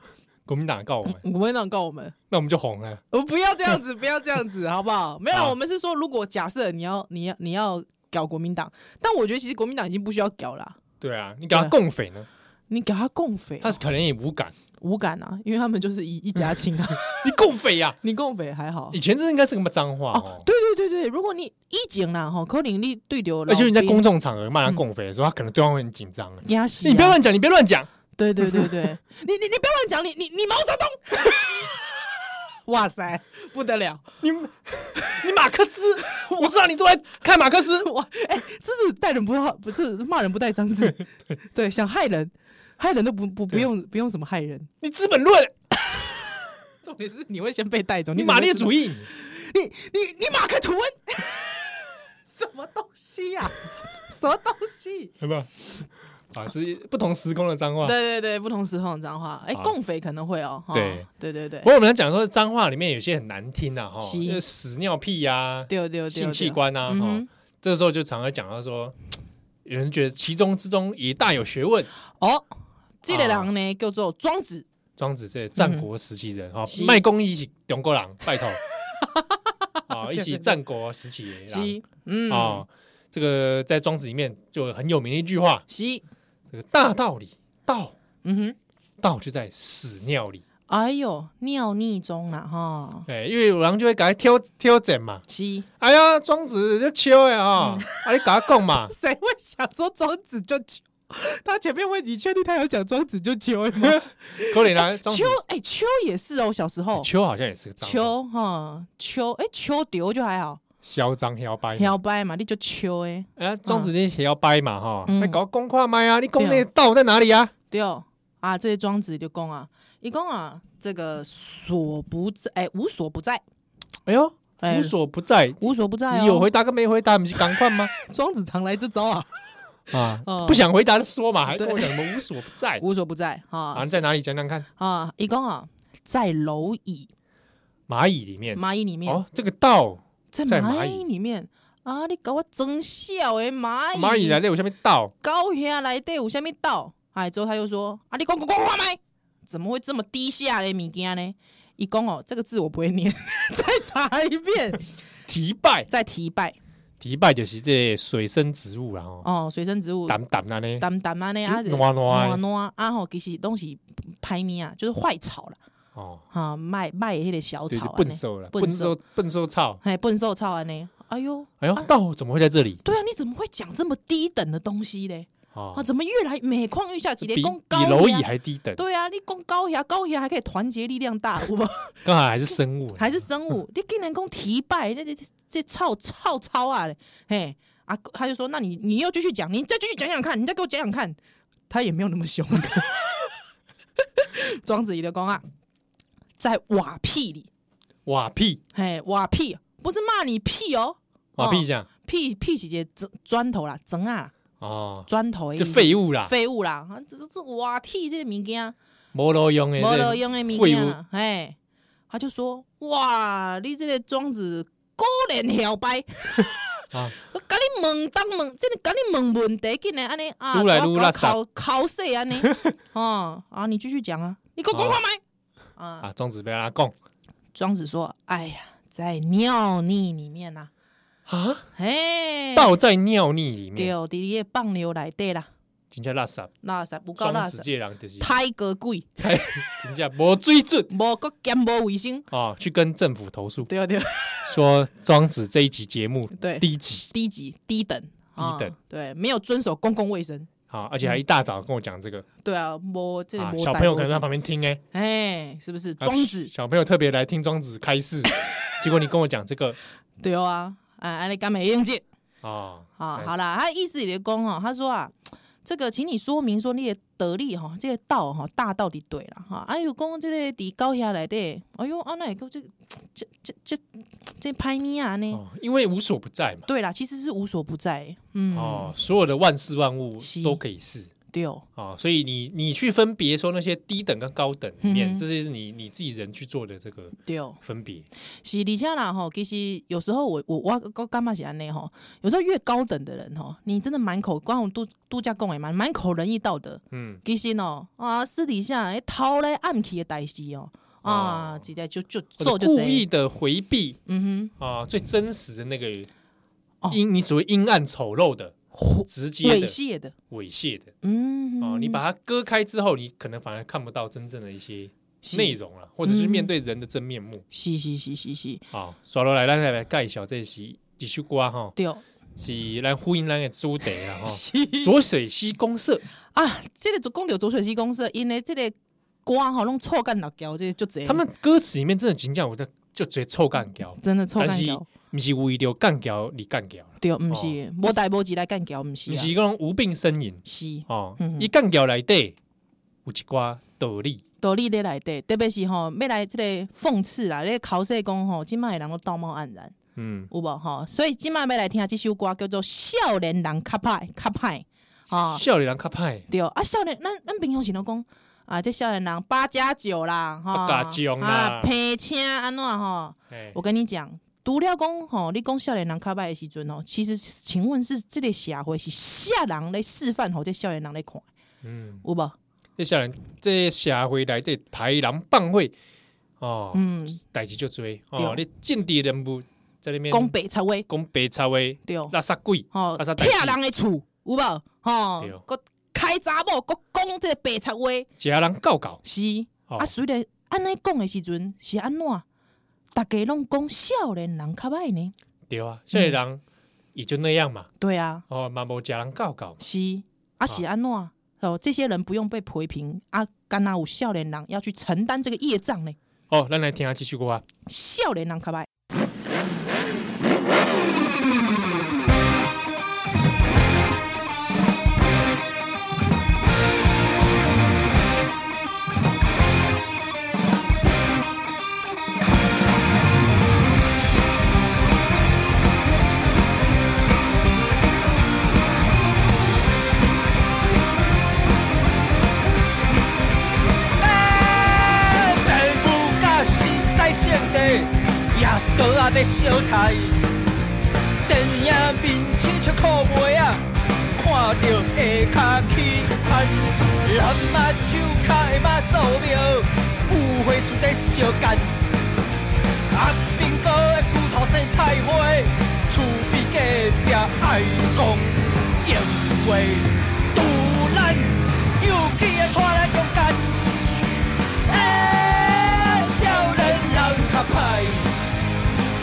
[SPEAKER 2] 国民党告我们，
[SPEAKER 1] 国民党告我们，
[SPEAKER 2] 那我们就红了，
[SPEAKER 1] 我不要这样 子，不要这样子，好不 好？没有啦，
[SPEAKER 2] 好
[SPEAKER 1] 我们是说，如果假设你要你要你要搞国民党，但我觉得其实国民党已经不需要搞啦、
[SPEAKER 2] 对啊，你给他共匪呢，
[SPEAKER 1] 你给他共匪、
[SPEAKER 2] 他
[SPEAKER 1] 他
[SPEAKER 2] 可能也无感，
[SPEAKER 1] 无感啊， 因为他们就是一一家亲 啊。
[SPEAKER 2] 你共匪呀。
[SPEAKER 1] 你共匪还好
[SPEAKER 2] 以前这应该是个脏话
[SPEAKER 1] 哦
[SPEAKER 2] 哦，，
[SPEAKER 1] 对对对对，如果你一警啦哈，可能你对流，
[SPEAKER 2] 而且你在公众场合骂他共匪的时候，他可能对方会很紧张。
[SPEAKER 1] 压死啊，
[SPEAKER 2] 你不要乱讲，你别乱讲，
[SPEAKER 1] 对对对对，你你你不要乱讲，你你你毛泽东， 哇塞，不得了！
[SPEAKER 2] 你你马 克思，我知道你都在看马克思，
[SPEAKER 1] 哇，哎、这是待人不好，不是骂人不带脏 字，对，想害人，害人都不不不用不用什么害人，
[SPEAKER 2] 你资本论，
[SPEAKER 1] 重点是你会先被带走，
[SPEAKER 2] 你马列
[SPEAKER 1] 义，
[SPEAKER 2] 主义，
[SPEAKER 1] 你你你马克吐温， 什么东西呀、 什么东西？
[SPEAKER 2] 有没 有？啊，这是不同时空的脏话。
[SPEAKER 1] 对对对，不同时空的脏话，哎、
[SPEAKER 2] 好
[SPEAKER 1] 共匪可能会哦，哈
[SPEAKER 2] 啊对
[SPEAKER 1] 对对对
[SPEAKER 2] 不，过我们来讲说脏话里面有些很难听啊，哈，
[SPEAKER 1] 是
[SPEAKER 2] 就是屎尿屁呀、
[SPEAKER 1] 丢丢
[SPEAKER 2] 性器，官啊，
[SPEAKER 1] 嗯
[SPEAKER 2] 哈
[SPEAKER 1] 哼，
[SPEAKER 2] 这时候就常常讲到说，有人觉得其中之中也大有学问。
[SPEAKER 1] 哦，这个人
[SPEAKER 2] 啊
[SPEAKER 1] 呢叫做庄子。
[SPEAKER 2] 庄子这战国时期人哈
[SPEAKER 1] 嗯是，
[SPEAKER 2] 卖公一起中国人，拜托，啊，一起战国时期的人
[SPEAKER 1] 是，嗯，
[SPEAKER 2] 啊，这个在庄子里面就很有名的一句话，
[SPEAKER 1] 是，
[SPEAKER 2] 这个大道理，道
[SPEAKER 1] 嗯哼，
[SPEAKER 2] 道就在屎尿里，
[SPEAKER 1] 哎呦，尿逆中啦，哈，
[SPEAKER 2] 哎，因为有人就会给他挑挑整嘛，
[SPEAKER 1] 是，，
[SPEAKER 2] 哎呀，庄子就秋呀啊，啊你给他讲嘛
[SPEAKER 1] 谁会想说庄子就秋？他前面问你确定他有讲庄子就秋吗？
[SPEAKER 2] 可怜啊，庄子
[SPEAKER 1] 秋，哎、秋也是哦，小时候
[SPEAKER 2] 秋好像也是个脏话，
[SPEAKER 1] 秋哈秋，哎、秋丢就还好，
[SPEAKER 2] 嚣张摇摆嘛，
[SPEAKER 1] 摇摆嘛，你就秋哎，
[SPEAKER 2] 哎，庄子你摇摆嘛哈，哎
[SPEAKER 1] 嗯
[SPEAKER 2] 你搞公话麦啊，你公
[SPEAKER 1] 对
[SPEAKER 2] 那道在哪里啊？
[SPEAKER 1] 对哦啊，这些庄子就讲啊，一讲啊，这个所不在，哎、无所不在，
[SPEAKER 2] 哎呦，
[SPEAKER 1] 哎
[SPEAKER 2] 无所不在，
[SPEAKER 1] 无所不在、哦，
[SPEAKER 2] 你有回答跟没回答，不是赶快吗？
[SPEAKER 1] 庄子常来这招啊，
[SPEAKER 2] 啊
[SPEAKER 1] 哦，
[SPEAKER 2] 不想回答就说嘛，还
[SPEAKER 1] 对
[SPEAKER 2] 跟我讲什么无所不 在
[SPEAKER 1] 无所不在
[SPEAKER 2] 啊？
[SPEAKER 1] 哈
[SPEAKER 2] 你在哪里讲讲看？
[SPEAKER 1] 啊，一讲啊，在蝼蚁
[SPEAKER 2] 蚂蚁里面
[SPEAKER 1] 蚂蚁里面。
[SPEAKER 2] 哦，这个道
[SPEAKER 1] 哎在
[SPEAKER 2] 在
[SPEAKER 1] 蚂
[SPEAKER 2] 蚂
[SPEAKER 1] 蚁
[SPEAKER 2] 蚁
[SPEAKER 1] 里面啊！你搞我真笑诶，蚂蚁
[SPEAKER 2] 蚂蚁来，了，有下面道
[SPEAKER 1] 高下来对有虾米道？哎，之后他又说啊，你讲讲话麦，怎么会这么低下的物件呢？一公哦，这个字我不会念， 再查一遍，
[SPEAKER 2] 提拜，
[SPEAKER 1] 再提拜
[SPEAKER 2] 提拜就是这水生植物啦哦，
[SPEAKER 1] 哦，水生植物。
[SPEAKER 2] 淡淡那呢，
[SPEAKER 1] 淡淡啊呢啊，
[SPEAKER 2] 就烂烂的
[SPEAKER 1] 烂烂啊吼，其实东西歹命啊，就是坏草啦，
[SPEAKER 2] 哦，
[SPEAKER 1] 哈，卖卖迄个小
[SPEAKER 2] 就是
[SPEAKER 1] 草啊
[SPEAKER 2] 笨
[SPEAKER 1] 呢，
[SPEAKER 2] 兽了，
[SPEAKER 1] 笨
[SPEAKER 2] 笨兽笨兽草。
[SPEAKER 1] 哎，笨兽草啊呢，哎呦，
[SPEAKER 2] 哎呦，道怎么会在这里
[SPEAKER 1] 对啊，你怎么会讲这么低等的东西嘞？啊，
[SPEAKER 2] 啊？
[SPEAKER 1] 怎么越来每况愈下？几
[SPEAKER 2] 比
[SPEAKER 1] 连
[SPEAKER 2] 比
[SPEAKER 1] 攻高
[SPEAKER 2] 蝼蚁
[SPEAKER 1] 压
[SPEAKER 2] 还低等，
[SPEAKER 1] 对啊，你攻高压，高压还可以团结力量大，我不
[SPEAKER 2] 刚好还是生物，
[SPEAKER 1] 还是生物？你竟然攻提拜，那这这这操操操啊！嘿啊，他就说，那你你又继续讲，你再继续讲讲看，你再给我讲讲看。他也没有那么凶。 庄子里的公啊，在瓦屁里，
[SPEAKER 2] 瓦屁，
[SPEAKER 1] 嘿，瓦屁不是骂你屁哦，
[SPEAKER 2] 瓦屁
[SPEAKER 1] 哦
[SPEAKER 2] 这样
[SPEAKER 1] 屁屁是一个砖砖头啦，砖啊啦，
[SPEAKER 2] 哦，
[SPEAKER 1] 砖头的
[SPEAKER 2] 就
[SPEAKER 1] 意思
[SPEAKER 2] 废物啦，
[SPEAKER 1] 废物啦，啊这这这瓦替这些物件，
[SPEAKER 2] 摩罗用诶，
[SPEAKER 1] 无
[SPEAKER 2] 这
[SPEAKER 1] 路用的物
[SPEAKER 2] 废
[SPEAKER 1] 件
[SPEAKER 2] 物
[SPEAKER 1] 啦，哎，他就说：“哇，你这个庄子果然晓掰，
[SPEAKER 2] 啊，
[SPEAKER 1] 我甲你问当问，真的甲你问问题，竟然安尼啊，
[SPEAKER 2] 愈来愈
[SPEAKER 1] 我我
[SPEAKER 2] 垃圾
[SPEAKER 1] 考考试安尼， 哦啊，你继续讲啊，你给我讲话没？啊，
[SPEAKER 2] 啊，庄子被他供
[SPEAKER 1] 庄子说：哎呀，在尿腻里面呐，
[SPEAKER 2] 啊，
[SPEAKER 1] 嘿，
[SPEAKER 2] 倒在尿泥里
[SPEAKER 1] 对
[SPEAKER 2] 面，，
[SPEAKER 1] 伫你的放流内底啦，
[SPEAKER 2] 真正垃圾，
[SPEAKER 1] 垃圾不够
[SPEAKER 2] 双
[SPEAKER 1] 垃
[SPEAKER 2] 子
[SPEAKER 1] 圾，
[SPEAKER 2] 界人就是
[SPEAKER 1] 太过贵，
[SPEAKER 2] 真正无水准
[SPEAKER 1] 无国兼无卫生，
[SPEAKER 2] 啊，去跟政府投诉
[SPEAKER 1] 对对
[SPEAKER 2] 说庄子这一集节目
[SPEAKER 1] 对。”
[SPEAKER 2] 低级
[SPEAKER 1] 低级、低等、啊
[SPEAKER 2] 等
[SPEAKER 1] 对，没有遵守公共卫生。
[SPEAKER 2] 啊，而且还一大早跟我讲这个
[SPEAKER 1] 对啊，摸这
[SPEAKER 2] 啊，
[SPEAKER 1] 摸
[SPEAKER 2] 小朋友可能在旁边听哎，
[SPEAKER 1] 哎，是不是
[SPEAKER 2] 啊
[SPEAKER 1] 庄子？
[SPEAKER 2] 小朋友特别来听庄子 开示，结果你跟我讲这个
[SPEAKER 1] 对啊，哎，安尼干没用解
[SPEAKER 2] 啊
[SPEAKER 1] 啊？
[SPEAKER 2] 哎
[SPEAKER 1] 好啦，他意思也公哦，他说啊，这个请你说明说你的得力哈，这些道哈大到底对了哈。哎呦，讲这个底高下来的，哎呦，啊那个这这这这这拍咪啊呢？
[SPEAKER 2] 哦，因为无所不在嘛，
[SPEAKER 1] 对啦，其实是无所不在，嗯
[SPEAKER 2] 哦，，所有的万事万物
[SPEAKER 1] 是
[SPEAKER 2] 都可以是
[SPEAKER 1] 对，
[SPEAKER 2] 啊，所以你你去分别说那些低等跟高等里
[SPEAKER 1] 嗯
[SPEAKER 2] 面，
[SPEAKER 1] 哼
[SPEAKER 2] 这些是你你自己人去做的这个
[SPEAKER 1] 对。
[SPEAKER 2] 分别
[SPEAKER 1] 是，而且啦吼，其实有时候我我我我干嘛是安尼吼？有时候越高等的人吼，你真的满口光我度度假讲诶嘛，满口仁义道德，
[SPEAKER 2] 嗯
[SPEAKER 1] 其实哦啊私底下诶偷来暗器的代志哦啊，
[SPEAKER 2] 哦
[SPEAKER 1] 直接就就
[SPEAKER 2] 或者
[SPEAKER 1] 做就
[SPEAKER 2] 故
[SPEAKER 1] 这
[SPEAKER 2] 意，的回避
[SPEAKER 1] 嗯
[SPEAKER 2] 啊，最真实的那个
[SPEAKER 1] 哦
[SPEAKER 2] 阴你所谓阴暗丑陋的
[SPEAKER 1] 哼，
[SPEAKER 2] 直接
[SPEAKER 1] 猥
[SPEAKER 2] 的
[SPEAKER 1] 亵的，
[SPEAKER 2] 猥亵的
[SPEAKER 1] 嗯
[SPEAKER 2] 啊，你把它割开之后，你可能反而看不到真正的一些内容了，或者是面对人的真面目
[SPEAKER 1] 是是是是是，
[SPEAKER 2] 啊。刷落来，咱来来介绍这是几首歌哈，
[SPEAKER 1] 对，
[SPEAKER 2] 是咱呼应咱的主题啦哈。
[SPEAKER 1] 是
[SPEAKER 2] 浊水溪公社
[SPEAKER 1] 啊，这个就讲到左水溪公司，因为这个歌吼拢臭干老胶，这个就这，
[SPEAKER 2] 他们歌词里面真的真正有在就直接臭干掉，
[SPEAKER 1] 真的臭干
[SPEAKER 2] 但是
[SPEAKER 1] 胶，
[SPEAKER 2] 不是无意丢干掉你干掉了，
[SPEAKER 1] 对，毋是无代无志来干胶，毋是
[SPEAKER 2] 哦不
[SPEAKER 1] 啊，
[SPEAKER 2] 是讲无病呻吟
[SPEAKER 1] 是。
[SPEAKER 2] 哦
[SPEAKER 1] 嗯，
[SPEAKER 2] 一干掉来对，有一挂道理
[SPEAKER 1] 道理咧内底，特别是吼，要来即个讽刺啦，咧考试讲吼，即卖的人都道貌岸然，
[SPEAKER 2] 嗯，
[SPEAKER 1] 有无吼？所以即卖要来听即首歌叫做《少年人较歹较歹》吼，
[SPEAKER 2] 笑脸人较歹，
[SPEAKER 1] 对啊，少年咱咱平常时都讲啊，这少年人八加九啦，吼，
[SPEAKER 2] 八加九啦
[SPEAKER 1] 啊，赔钱安怎吼？
[SPEAKER 2] 哎
[SPEAKER 1] 我跟你讲。除了讲吼，你讲少年人较歹的时阵吼，其实请问是即个社会是啥人咧示范吼，这少年人咧看
[SPEAKER 2] 嗯，
[SPEAKER 1] 有无？
[SPEAKER 2] 这笑脸这社会来对豺狼棒会哦，
[SPEAKER 1] 嗯，
[SPEAKER 2] 代志就追
[SPEAKER 1] 对
[SPEAKER 2] 哦，你间谍人物在那边
[SPEAKER 1] 讲白贼话
[SPEAKER 2] 讲白贼话，
[SPEAKER 1] 对。
[SPEAKER 2] 垃圾鬼
[SPEAKER 1] 吼、
[SPEAKER 2] 啊啥代
[SPEAKER 1] 拆
[SPEAKER 2] 志
[SPEAKER 1] 人的厝有无？吼
[SPEAKER 2] 对，
[SPEAKER 1] 佮开查某，佮讲这个白贼话
[SPEAKER 2] 一个人告告
[SPEAKER 1] 是、
[SPEAKER 2] 哦
[SPEAKER 1] 啊，虽然安尼讲的时阵是安怎，大家拢讲少年人较歹呢，
[SPEAKER 2] 对
[SPEAKER 1] 嗯
[SPEAKER 2] 啊，笑脸人也就那样嘛，
[SPEAKER 1] 对啊，
[SPEAKER 2] 哦，嘛无一个人告告。
[SPEAKER 1] 是啊是安怎？哦，这些人不用被批评啊，干那有少年人要去承担这个业障呢？
[SPEAKER 2] 哦，咱来听下继续歌啊。
[SPEAKER 1] 少年人较歹，
[SPEAKER 3] 父母甲世世性地，夜倒啊要烧台。电影面亲像靠袂啊，看着下骹起汗，人嘛手脚下嘛做庙，有花树在烧干。阿兵哥的骨头生菜花，厝边隔壁爱讲，因为突然又起的拖咱中间。哎，少年人较歹，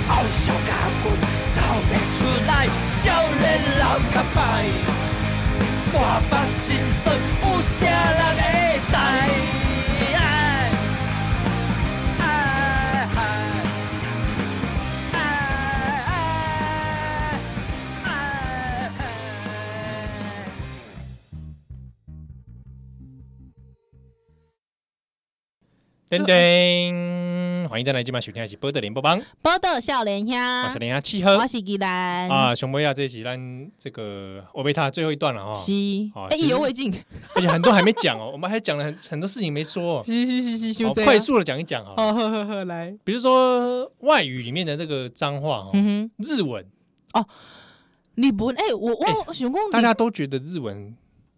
[SPEAKER 3] 后少甲骨斗袂出来，少年人较歹，我目心酸，有啥人会知？哎哎哎哎哎哎
[SPEAKER 2] 噔噔，欢迎再来今晚收听的是《波特联播帮》，
[SPEAKER 1] 报道少年兄，
[SPEAKER 2] 我是林下契合
[SPEAKER 1] 啊我是吉兰，
[SPEAKER 2] 啊，熊博亚这一集咱这个欧贝塔最后一段了哈，
[SPEAKER 1] 是
[SPEAKER 2] 哦，
[SPEAKER 1] 哎，意
[SPEAKER 2] 其实
[SPEAKER 1] 犹未尽，
[SPEAKER 2] 而且很多还没讲哦，我们还讲了很很多事情没说哦，
[SPEAKER 1] 是是是 是，
[SPEAKER 2] 好
[SPEAKER 1] 修
[SPEAKER 2] 快速的讲一讲哈，
[SPEAKER 1] 哦，呵呵呵，来，
[SPEAKER 2] 比如说外语里面的那个脏话哦，
[SPEAKER 1] 嗯哼，
[SPEAKER 2] 日文
[SPEAKER 1] 日本，哎，我我想讲，
[SPEAKER 2] 大家都觉得日文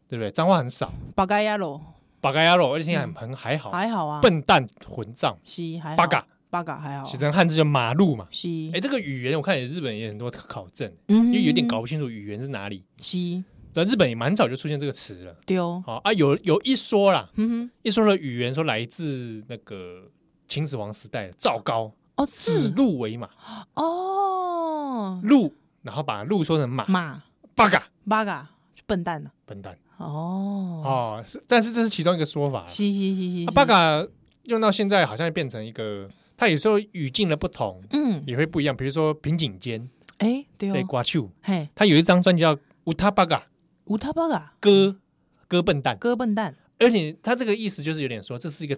[SPEAKER 2] 对不对？脏话很少，
[SPEAKER 1] 八嘎呀咯，
[SPEAKER 2] 八嘎呀肉，而且现在很很还好，
[SPEAKER 1] 还好啊，
[SPEAKER 2] 笨蛋混账，
[SPEAKER 1] 是还好
[SPEAKER 2] 八嘎，
[SPEAKER 1] 八嘎还好
[SPEAKER 2] 写，成汉字叫马路嘛。
[SPEAKER 1] 是，
[SPEAKER 2] 哎，这个语言我看也日本也很多考证，
[SPEAKER 1] 嗯
[SPEAKER 2] 因
[SPEAKER 1] 哼
[SPEAKER 2] 为有点搞不清楚语言是哪里。
[SPEAKER 1] 是
[SPEAKER 2] 那日本也蛮早就出现这个词了。
[SPEAKER 1] 丢，
[SPEAKER 2] 好啊，有有一说啦，
[SPEAKER 1] 嗯哼，
[SPEAKER 2] 一说的语言说来自那个秦始皇时代的赵高，
[SPEAKER 1] 哦
[SPEAKER 2] 指
[SPEAKER 1] 是
[SPEAKER 2] 鹿为马，
[SPEAKER 1] 哦，
[SPEAKER 2] 鹿，然后把鹿说成马，
[SPEAKER 1] 马
[SPEAKER 2] 八嘎
[SPEAKER 1] 八嘎就笨蛋了，
[SPEAKER 2] 笨蛋
[SPEAKER 1] 哦，
[SPEAKER 2] 哦。是但是这是其中一个说法啦。
[SPEAKER 1] 是是是是，
[SPEAKER 2] 啊
[SPEAKER 1] 是
[SPEAKER 2] 八，嘎用到现在好像变成一个，它有时候语境的不同
[SPEAKER 1] 嗯，
[SPEAKER 2] 也会不一样。比如说平井坚
[SPEAKER 1] 哎对
[SPEAKER 2] 对
[SPEAKER 1] 哦，
[SPEAKER 2] 瓜丘，
[SPEAKER 1] 嘿，
[SPEAKER 2] 他有一张专辑叫《乌塔八嘎
[SPEAKER 1] 五他八嘎
[SPEAKER 2] 歌歌笨蛋》，
[SPEAKER 1] 哥笨蛋
[SPEAKER 2] 而且他这个意思就是有点说这是一个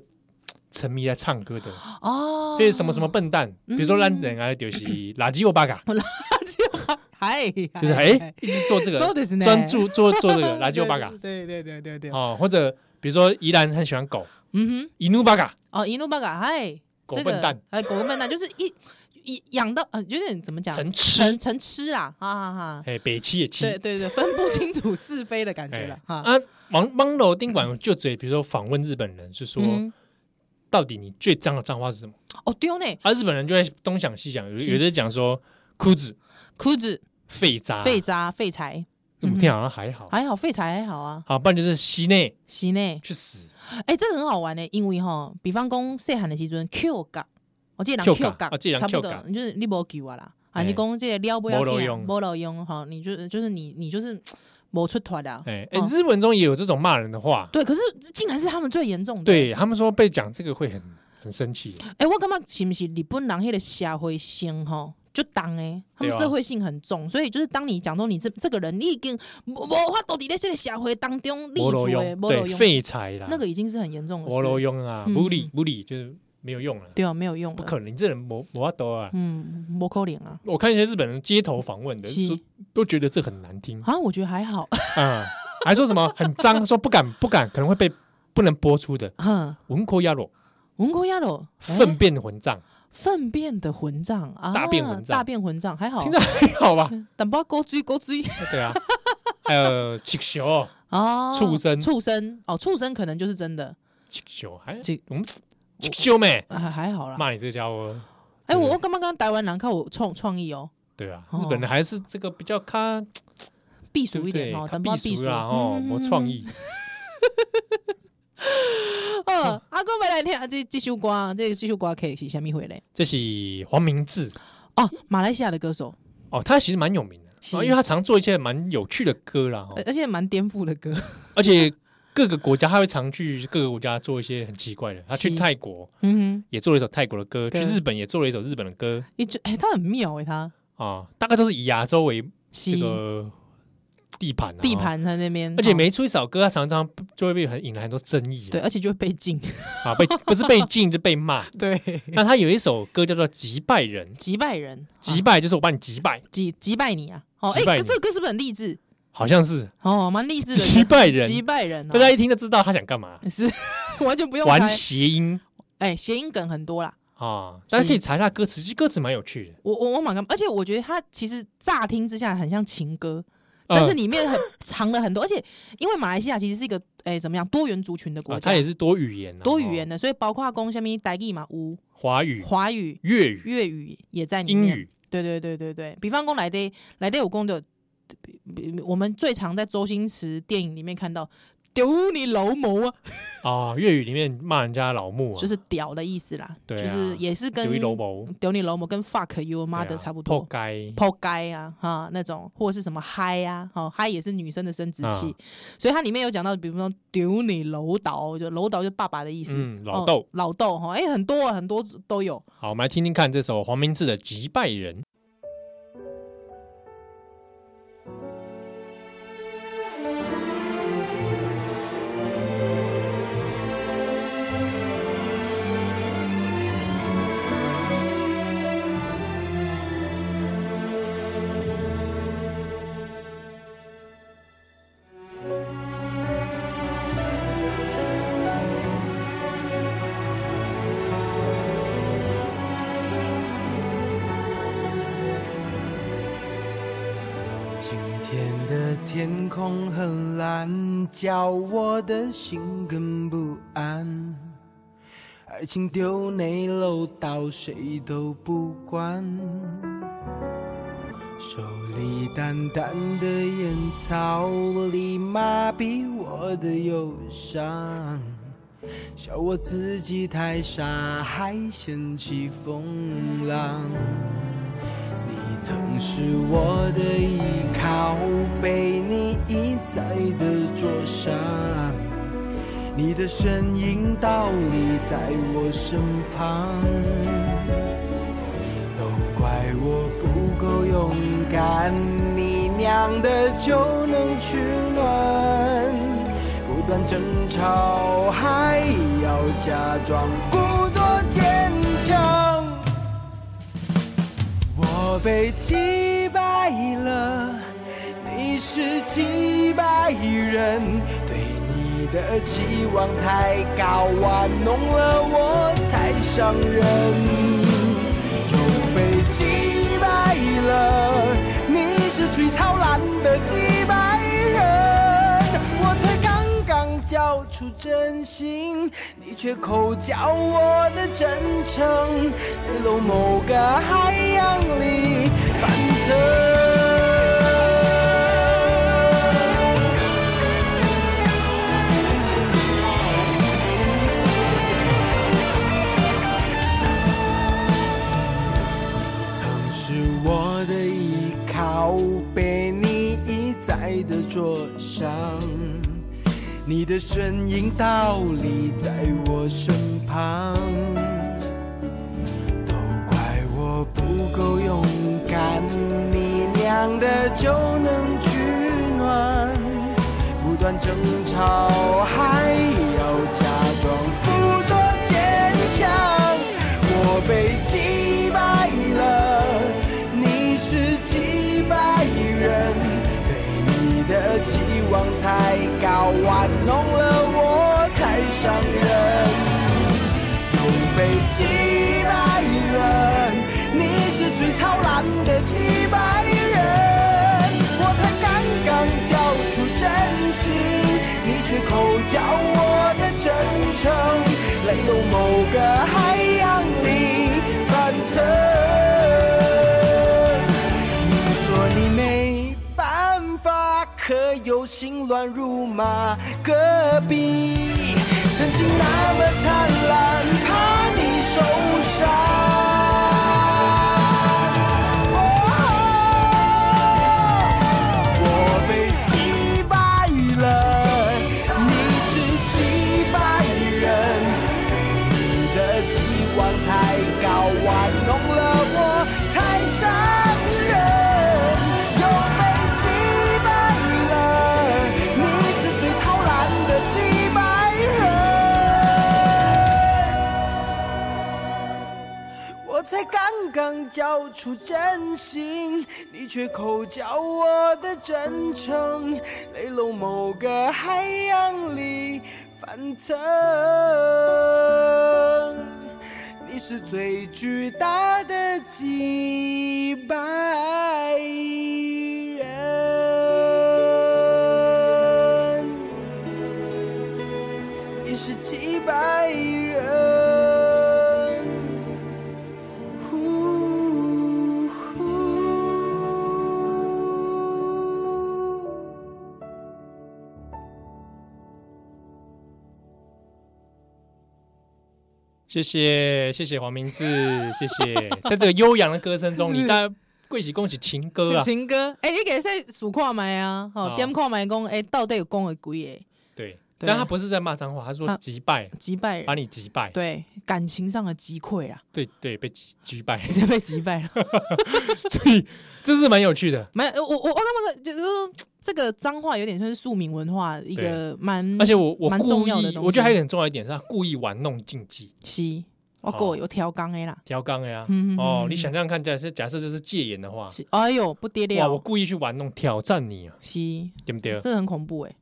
[SPEAKER 2] 沉迷在唱歌的人。
[SPEAKER 1] 哦，
[SPEAKER 2] 所以什么什么笨蛋，比
[SPEAKER 1] 嗯
[SPEAKER 2] 如说咱人啊，就是垃圾欧 巴嘎，
[SPEAKER 1] 嗨，就
[SPEAKER 2] 就是哎，一直做这
[SPEAKER 1] そう
[SPEAKER 2] 个，
[SPEAKER 1] ですね
[SPEAKER 2] 专注做做这个垃圾欧巴嘎
[SPEAKER 1] 对对对对对，
[SPEAKER 2] 哦，或者比如说宜兰很喜欢狗，
[SPEAKER 1] 嗯哼，
[SPEAKER 2] 伊努巴嘎，
[SPEAKER 1] 哦，一怒八嘎，嗨，
[SPEAKER 2] 狗
[SPEAKER 1] 这个
[SPEAKER 2] 笨蛋，
[SPEAKER 1] 哎，狗笨蛋就是一一养到呃，有点怎么讲，
[SPEAKER 2] 成
[SPEAKER 1] 成
[SPEAKER 2] 痴，
[SPEAKER 1] 成痴啦，哈哈哈，
[SPEAKER 2] 哎，北七也七，
[SPEAKER 1] 对对对，分不清楚是非的感觉了
[SPEAKER 2] 哎，
[SPEAKER 1] 哈，
[SPEAKER 2] 啊，王王楼丁管就嘴，比如说访问日本人是说，
[SPEAKER 1] 嗯
[SPEAKER 2] 到底你最脏的脏话是什么？
[SPEAKER 1] 哼哦丢呢，
[SPEAKER 2] 啊，日本人就在东想西想，有
[SPEAKER 1] 是
[SPEAKER 2] 有的讲说裤子
[SPEAKER 1] 裤子
[SPEAKER 2] 废渣，
[SPEAKER 1] 废嗯渣废柴，
[SPEAKER 2] 我们啊听好啊像还好，
[SPEAKER 1] 还好废柴还好啊，
[SPEAKER 2] 好，不然就是西内
[SPEAKER 1] 是呢，
[SPEAKER 2] 去死
[SPEAKER 1] 哎，这个很好玩呢，因为哈，比方讲细汉的时阵哦 Q 港，我记得
[SPEAKER 2] Q
[SPEAKER 1] 港
[SPEAKER 2] 角啊这个人
[SPEAKER 1] 差不
[SPEAKER 2] Q
[SPEAKER 1] 多
[SPEAKER 2] 角，
[SPEAKER 1] 就是你无救啊啦，还是讲这个了不要
[SPEAKER 2] 没路
[SPEAKER 1] 紧啊
[SPEAKER 2] 用
[SPEAKER 1] 没路用哈，你就就是你你就是没出脱的啊，
[SPEAKER 2] 哎哎
[SPEAKER 1] 嗯，
[SPEAKER 2] 日文中也有这种骂人的话，
[SPEAKER 1] 对，可是竟然是他们最严重的。，
[SPEAKER 2] 对他们说被讲这个会很很生气，
[SPEAKER 1] 哎、我感觉是不是日本人迄个社会性吼，就当诶，他们
[SPEAKER 2] 对啊
[SPEAKER 1] 社会性很重，所以就是当你讲到你这这个人，你已经无无法度伫咧这个社会当中立足
[SPEAKER 2] 没路
[SPEAKER 1] 诶，
[SPEAKER 2] 用，
[SPEAKER 1] 无路
[SPEAKER 2] 对
[SPEAKER 1] 用，
[SPEAKER 2] 废材啦，
[SPEAKER 1] 那个已经是很严重的
[SPEAKER 2] 没啊路
[SPEAKER 1] 事。
[SPEAKER 2] 用啊，
[SPEAKER 1] 嗯
[SPEAKER 2] 无理无理就是没有用了，
[SPEAKER 1] 对啊，没有用
[SPEAKER 2] 不
[SPEAKER 1] 了，
[SPEAKER 2] 可能，你这人没没法多啊。
[SPEAKER 1] 嗯，无可能啊。
[SPEAKER 2] 我看一些日本人街头访问的，
[SPEAKER 1] 是
[SPEAKER 2] 说都觉得这很难听
[SPEAKER 1] 啊，我觉得还好，
[SPEAKER 2] 啊，还说什么很脏，说不敢不敢，可能会被不能播出的。
[SPEAKER 1] 哼，
[SPEAKER 2] 文科亚罗
[SPEAKER 1] 文科亚罗
[SPEAKER 2] 粪便混账，
[SPEAKER 1] 粪便的混账啊，
[SPEAKER 2] 大便混账
[SPEAKER 1] 大便混账还好
[SPEAKER 2] 听，着还好 吧？
[SPEAKER 1] 淡薄狗追狗追
[SPEAKER 2] 对啊，还有气球，
[SPEAKER 1] 哦，
[SPEAKER 2] 畜生
[SPEAKER 1] 畜生哦，畜生可能就是真的，
[SPEAKER 2] 气球还
[SPEAKER 1] 气
[SPEAKER 2] 哎我们气球妹
[SPEAKER 1] 啊、还好啦。
[SPEAKER 2] 骂你这个家伙，
[SPEAKER 1] 哎、我
[SPEAKER 2] 对
[SPEAKER 1] 我干嘛刚刚台湾人靠我创创意哦，
[SPEAKER 2] 对啊，
[SPEAKER 1] 哦
[SPEAKER 2] 日本人还是这个比较看。
[SPEAKER 1] 避
[SPEAKER 2] 对
[SPEAKER 1] 暑
[SPEAKER 2] 不
[SPEAKER 1] 一
[SPEAKER 2] 对？
[SPEAKER 1] 点哦，
[SPEAKER 2] 他
[SPEAKER 1] 等不到
[SPEAKER 2] 避
[SPEAKER 1] 避
[SPEAKER 2] 暑
[SPEAKER 1] 暑嗯
[SPEAKER 2] 啦哦，没创。意。
[SPEAKER 1] 呃，阿哥回来听这这首歌，这这首歌可以是虾米回来？
[SPEAKER 2] 这是黄明志
[SPEAKER 1] 哦，马来西亚的歌手，
[SPEAKER 2] 哦，他其实蛮有名的，
[SPEAKER 1] 是呃
[SPEAKER 2] 哦因为他常做一些蛮有趣的歌啦，
[SPEAKER 1] 而
[SPEAKER 2] 哦
[SPEAKER 1] 而且蛮颠覆的歌。
[SPEAKER 2] 而且各个国家他会常去各个国家做一些很奇怪的。他去
[SPEAKER 1] 是
[SPEAKER 2] 泰国
[SPEAKER 1] 嗯
[SPEAKER 2] 也做了一首泰国的歌，去
[SPEAKER 1] 对
[SPEAKER 2] 日本也做了一首日本的歌
[SPEAKER 1] 哼，一直哎，他很妙哎，他
[SPEAKER 2] 啊，大概都是以亚洲为
[SPEAKER 1] 是
[SPEAKER 2] 这个地盘啊，
[SPEAKER 1] 地
[SPEAKER 2] 哦。
[SPEAKER 1] 盘在那边，
[SPEAKER 2] 而且
[SPEAKER 1] 哦
[SPEAKER 2] 每出一首歌，他常常就会被很引来很多争议
[SPEAKER 1] 对，而且就会被禁。
[SPEAKER 2] 啊，被 不是被禁就被骂。
[SPEAKER 1] 对，
[SPEAKER 2] 那他有一首歌叫做《击败人》，
[SPEAKER 1] 击败人，
[SPEAKER 2] 击
[SPEAKER 1] 啊
[SPEAKER 2] 败就是我把你击败，
[SPEAKER 1] 击击败你啊！哦，哎
[SPEAKER 2] 击败，你
[SPEAKER 1] 这个歌是不是很励志？
[SPEAKER 2] 好像是
[SPEAKER 1] 哦，蛮励志的。
[SPEAKER 2] 击败人，
[SPEAKER 1] 击败人哦，
[SPEAKER 2] 大家一听就知道他想干嘛，
[SPEAKER 1] 是 完全不用猜
[SPEAKER 2] 玩。谐音
[SPEAKER 1] 哎，谐音梗很多啦。
[SPEAKER 2] 啊！大家可以查一下歌词，其实歌词蛮有趣的。
[SPEAKER 1] 我我我蛮感，而且我觉得它其实乍听之下很像情歌，但是
[SPEAKER 2] 嗯
[SPEAKER 1] 里面很藏了很多，而且因为马来西亚其实是一个诶、怎么样多元族群的国
[SPEAKER 2] 啊
[SPEAKER 1] 家，
[SPEAKER 2] 它也是多语言啊，
[SPEAKER 1] 多语言
[SPEAKER 2] 哦，
[SPEAKER 1] 的，所以包括公下面台语嘛，乌
[SPEAKER 2] 华语、
[SPEAKER 1] 华语、
[SPEAKER 2] 粤语、
[SPEAKER 1] 粤语也在里
[SPEAKER 2] 英
[SPEAKER 1] 面。
[SPEAKER 2] 语，
[SPEAKER 1] 对对对对对，比方说来的来的有公的，我们最常在周星驰电影里面看到“丢你老母啊
[SPEAKER 2] 啊，粤语里面骂人家老木”，啊，
[SPEAKER 1] 就是“屌”的意思啦，
[SPEAKER 2] 对啊
[SPEAKER 1] 就是也是跟
[SPEAKER 2] 有一楼某，
[SPEAKER 1] 丢你老母”跟 “fuck you
[SPEAKER 2] 妈
[SPEAKER 1] 妈的”差不多。
[SPEAKER 2] 破街
[SPEAKER 1] 抛街啊哈那种，或者是什么嗨啊，哦嗨也是女生的生殖器，
[SPEAKER 2] 啊
[SPEAKER 1] 所以它里面有讲到，比如说丢你楼倒，就楼倒就爸爸的意思，
[SPEAKER 2] 嗯，老豆
[SPEAKER 1] 哦。老豆哈，哎、很多很多都有，
[SPEAKER 2] 好，我们来听听看这首黄明志的《击败人》。
[SPEAKER 4] 「天的天空很蓝，叫我的心更不安。爱情丢内漏到谁都不管，手里淡淡的烟草里麻痹我的忧伤，笑我自己太傻，还嫌弃风浪。你曾是我的依靠，被你一再的灼伤。你的身影倒立在我身旁，都怪我不够勇敢，你酿的酒能取暖。不断争吵，还要假装故作坚强。我被击败了，你是击败人，对你的期望太高，玩弄了我太伤人。又被击败了，你是最超然的击败人，我才刚刚交出真心，你却口角我的真诚，坠入某个海洋里翻腾。曾是我的依靠，被你一再的灼伤。你的身影倒立在我身旁，都怪我不够勇敢，你酿的酒能取暖，不断争吵还要假装故作坚强。我被击败了，你是击败人，对你的期望太高，玩弄了我太伤人。又被击败了，你是最超然的击败人，我才刚刚交出真心，你却口角我的真诚，来到某个海洋里翻腾。你说你没办法，可又心乱如麻。隔壁曾经那么灿烂，怕你受伤。哦我被击败了，你是击败人，对你的期望太高，玩弄了我太伤人，又被击败了，你是最超然的击败人，我才刚刚交出真心，你却口角我的真诚，泪落某个海洋里翻腾。你是最巨大的击败人，你是击败人。呼呼
[SPEAKER 2] 谢谢谢谢黄明志， 谢谢，在这个悠扬的歌声中，
[SPEAKER 1] 是
[SPEAKER 2] 你大家跪起恭喜情歌啊，哦
[SPEAKER 1] 情歌，哎、你给谁数看麦啊？吼、
[SPEAKER 2] 好
[SPEAKER 1] 点看麦讲，哎、到底有讲的几
[SPEAKER 2] 对，
[SPEAKER 1] 对
[SPEAKER 2] 但他不是在骂脏话，他说
[SPEAKER 1] 啊
[SPEAKER 2] 击败
[SPEAKER 1] 个，击败
[SPEAKER 2] 把
[SPEAKER 1] 人？
[SPEAKER 2] 你击败，
[SPEAKER 1] 对，感情上的击溃啊，
[SPEAKER 2] 对对，被击击败，
[SPEAKER 1] 直接被击败了。
[SPEAKER 2] 所以这是蛮有趣的，
[SPEAKER 1] 没有，我我我那么就是说，这个脏话有点像是庶民文化一个蛮，
[SPEAKER 2] 而且我我
[SPEAKER 1] 嗯蛮
[SPEAKER 2] 故
[SPEAKER 1] 重
[SPEAKER 2] 意
[SPEAKER 1] 要的东，西
[SPEAKER 2] 我觉得还有一点重要一点是他故意玩弄禁忌。
[SPEAKER 1] 是，我
[SPEAKER 2] 好
[SPEAKER 1] 够有调岗的啦。
[SPEAKER 2] 调缸的呀、
[SPEAKER 1] 嗯嗯嗯
[SPEAKER 2] 哦，
[SPEAKER 1] 嗯
[SPEAKER 2] 你想想看，假设假设这是戒严的话，
[SPEAKER 1] 是，哎呦，不跌
[SPEAKER 2] 哇，我
[SPEAKER 1] 了，
[SPEAKER 2] 故意去玩弄挑战你啊，
[SPEAKER 1] 是，
[SPEAKER 2] 对不对？
[SPEAKER 1] 这很恐怖哎、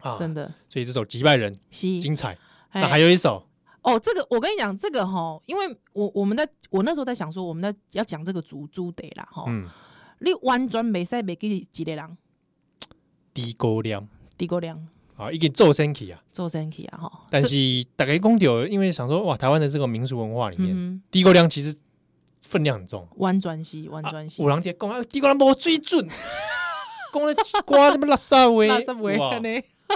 [SPEAKER 2] 啊，
[SPEAKER 1] 真的，
[SPEAKER 2] 所以这首《击败人》
[SPEAKER 1] 是。
[SPEAKER 2] 精彩。
[SPEAKER 1] 哎
[SPEAKER 2] 那还有一首，
[SPEAKER 1] 哦，这个我跟你讲，这个哈，因为我我们在我那时候在想说，哦我们在要讲这个主主题啦哈，
[SPEAKER 2] 嗯，
[SPEAKER 1] 你完全没使没给一个人，
[SPEAKER 2] 低沟量
[SPEAKER 1] 低过量
[SPEAKER 2] 啊，已经做身体啊。
[SPEAKER 1] 做身体啊哈。
[SPEAKER 2] 但
[SPEAKER 1] 这
[SPEAKER 2] 是大概公调，因为想说哇，台湾的这个民俗文化里面，
[SPEAKER 1] 嗯
[SPEAKER 2] 低沟量其实分量很重。
[SPEAKER 1] 哼，弯转西，弯转西
[SPEAKER 2] 五，郎姐讲啊，低沟量无水准， 讲咧瓜什么垃圾话，
[SPEAKER 1] 那是不会
[SPEAKER 2] 哇
[SPEAKER 1] 呢。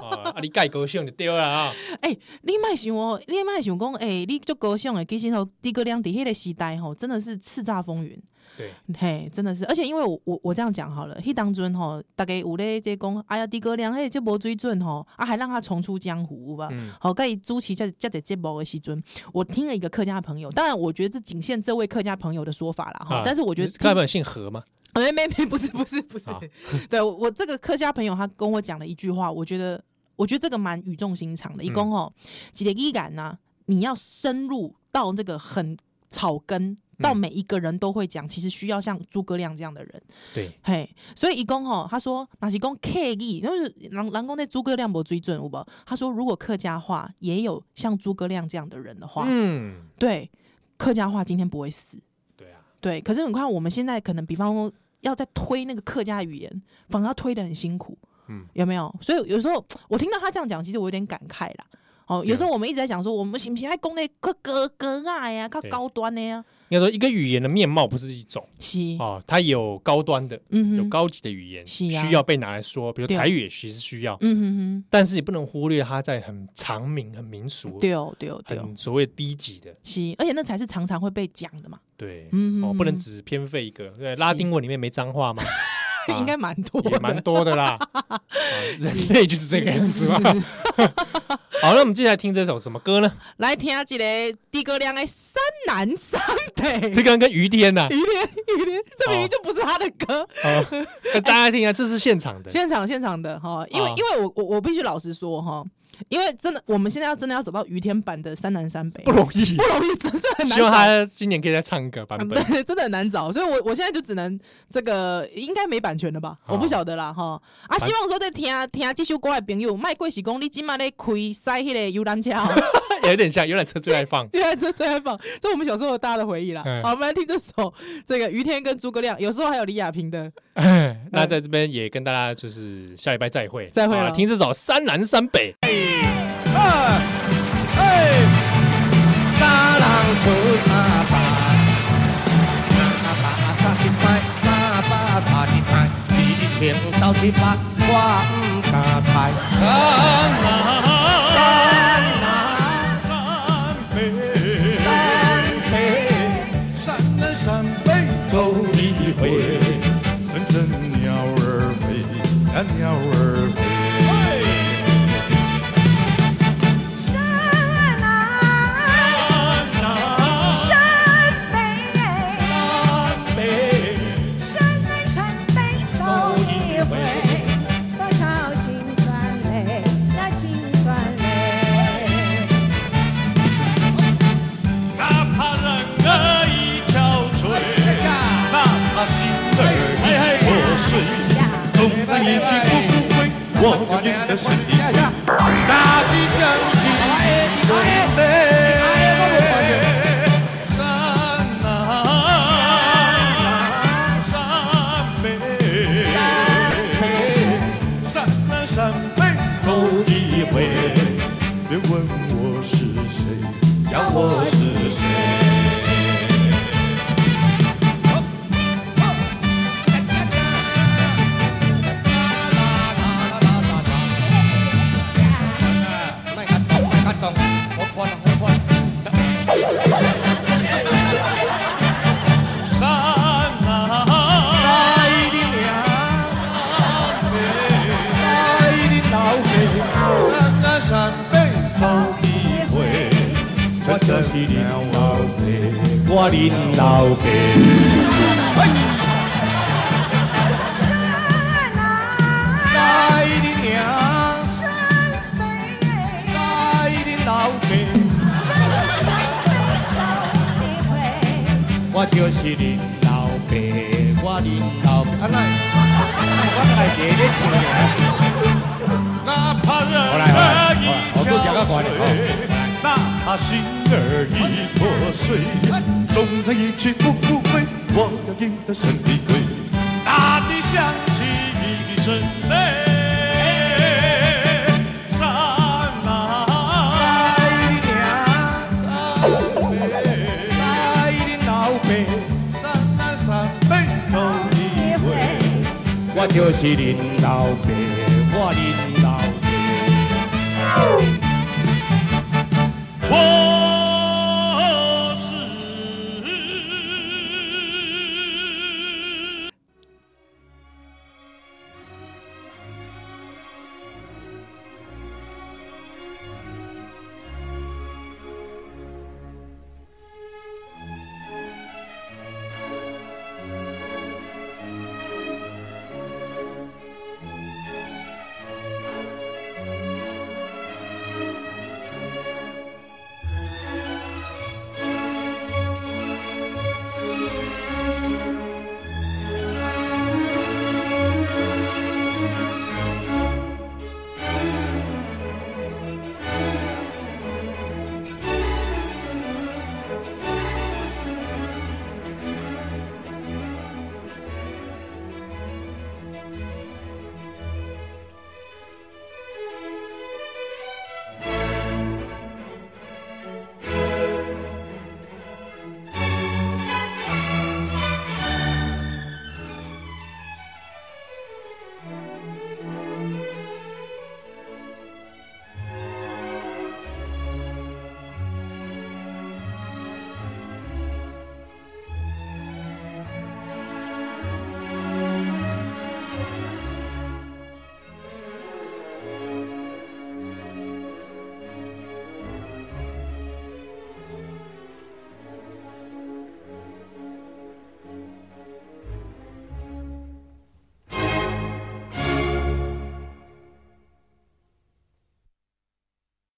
[SPEAKER 2] 啊，啊你盖高兴就对 了啊。
[SPEAKER 1] 哎，你卖想哦，你卖想讲，哎，你就高兴诶，其实吼，低过量底迄个时代吼，真的是叱咤风云。
[SPEAKER 2] 对，
[SPEAKER 1] 嘿，真的是，而且因为我我我这样讲好了，迄当阵吼，大概有咧这讲，哎呀，低哥亮，嘿，这无水准吼，啊，还让他重出江湖有吧
[SPEAKER 2] 嗯？
[SPEAKER 1] 好、跟伊主持这这这节目的时阵，我听了一个客家朋友，当然我觉得这仅限这位客家朋友的说法啦哈、
[SPEAKER 2] 啊
[SPEAKER 1] 哦但是我觉得
[SPEAKER 2] 看本姓何嘛，
[SPEAKER 1] 没哎没没，不是不是不是
[SPEAKER 2] 好，
[SPEAKER 1] 对我我这个客家朋友他跟我讲了一句话，我觉得我觉得这个蛮语重心长的。一
[SPEAKER 2] 嗯
[SPEAKER 1] 共哦，几个语感呢？你要深入到这个很草根，到
[SPEAKER 2] 嗯
[SPEAKER 1] 每一个人都会讲，其实需要像诸葛亮这样的人。
[SPEAKER 2] 对，
[SPEAKER 1] 嘿，所以一共哦，他说哪是讲客语，就是狼狼公那诸葛亮不追准，有无？他说如果客家话也有像诸葛亮这样的人的话，
[SPEAKER 2] 嗯，
[SPEAKER 1] 对客家话今天不会死。
[SPEAKER 2] 对啊，
[SPEAKER 1] 对，可是你看我们现在可能，比方说要在推那个客家语言，反而要推的很辛苦，
[SPEAKER 2] 嗯，
[SPEAKER 1] 有没有？所以有时候我听到他这样讲，其实我有点感慨啦。哦，有时候我们一直在讲说，我们行不行？爱攻那个格格啊呀，靠
[SPEAKER 2] 对
[SPEAKER 1] 高端的呀，
[SPEAKER 2] 应该说一个语言的面貌不是一种
[SPEAKER 1] 是，
[SPEAKER 2] 啊，它有高端的，
[SPEAKER 1] 嗯
[SPEAKER 2] 有
[SPEAKER 1] 哼，
[SPEAKER 2] 高级的语言，
[SPEAKER 1] 是啊
[SPEAKER 2] 需要被拿来说，比如
[SPEAKER 1] 对
[SPEAKER 2] 台语也其实需要，
[SPEAKER 1] 嗯哼哼，
[SPEAKER 2] 但是也不能忽略它在很长民、很民俗、
[SPEAKER 1] 对哦，对哦，对哦
[SPEAKER 2] 很，所谓低级的，
[SPEAKER 1] 是，而且那才是常常会被讲的嘛，
[SPEAKER 2] 对，
[SPEAKER 1] 嗯
[SPEAKER 2] 哦，
[SPEAKER 1] 嗯
[SPEAKER 2] 不能
[SPEAKER 1] 嗯
[SPEAKER 2] 只偏废一个。对，拉丁文里面没 脏话吗？啊
[SPEAKER 1] 应该蛮多
[SPEAKER 2] 也
[SPEAKER 1] 的，
[SPEAKER 2] 蛮多的 啦，啊人类就是这个样子嘛。 好，那我们接下来听这首什么歌呢？
[SPEAKER 1] 来听一个诸葛亮的《三南三 北》
[SPEAKER 2] 这。个跟于天呐，
[SPEAKER 1] 雨天，雨天，这明明就不是他的歌，
[SPEAKER 2] 好那大家听啊，这是现场的，
[SPEAKER 1] 哎现场现场的哈，因为、
[SPEAKER 2] 啊
[SPEAKER 1] 因为我我我必须老实说哈，因为真的我们现在要真的要找到于天版的三南三北
[SPEAKER 2] 不容易
[SPEAKER 1] 不。容易，真是很难
[SPEAKER 2] 希望
[SPEAKER 1] 找。
[SPEAKER 2] 他今年可以再唱一个版本。
[SPEAKER 1] 对，真 的很难找，所以我我现在就只能这个应该没版权的吧，
[SPEAKER 2] 啊
[SPEAKER 1] 我不晓得啦哈。啊，
[SPEAKER 2] 反
[SPEAKER 1] 希望说在听听啊这首歌的朋友，卖贵是讲你今麦咧开塞迄个游览车 哦，
[SPEAKER 2] 有点像游览车最爱 放。
[SPEAKER 1] 对啊，这最爱放，这我们小时候大家的回忆啦
[SPEAKER 2] 嗯。
[SPEAKER 1] 好，我们来听这首这个于天跟诸葛亮，有时候还有李亚平的，
[SPEAKER 2] 那在这边也跟大家就是下礼拜再会，
[SPEAKER 1] 嗯再会
[SPEAKER 2] 啊
[SPEAKER 1] 了
[SPEAKER 2] 听这首《山南山北》。
[SPEAKER 3] 啊哎，三人出三百，三百三一百，三百三一百，一千走一百，我唔敢开。三南三南三北，三北
[SPEAKER 5] 山南山北走一回，阵阵鸟儿飞呀鸟儿飞，
[SPEAKER 6] 山南山北，山南山北走一回，多少辛酸泪呀辛酸泪。
[SPEAKER 5] 哪怕人儿一憔悴，哪怕心儿破碎，总在一起不归，我们的心里大地相亲兄弟。山南山北，山南山北走一回，别问我是谁，要我是谁。
[SPEAKER 3] ไม่กัดตรงไม่กัดตรงหัวควันหัวควัน
[SPEAKER 5] 山南
[SPEAKER 3] 爱的娘，
[SPEAKER 5] 北，
[SPEAKER 3] 爱的老妹，
[SPEAKER 5] 山南山北走一回，这就是你老辈，我的老辈。
[SPEAKER 6] 山南
[SPEAKER 3] 爱的娘，
[SPEAKER 6] 山北，
[SPEAKER 3] 爱的老妹，
[SPEAKER 6] 山南山北走一回，
[SPEAKER 3] 我就是你老辈，我的老辈。啊，那我来给你唱。
[SPEAKER 5] 哪怕人儿已憔悴，哪怕心儿已破碎，纵然一去不复归，我要赢得胜利归，大地响起一声擂。我就是恁老爸，我恁老爸。我。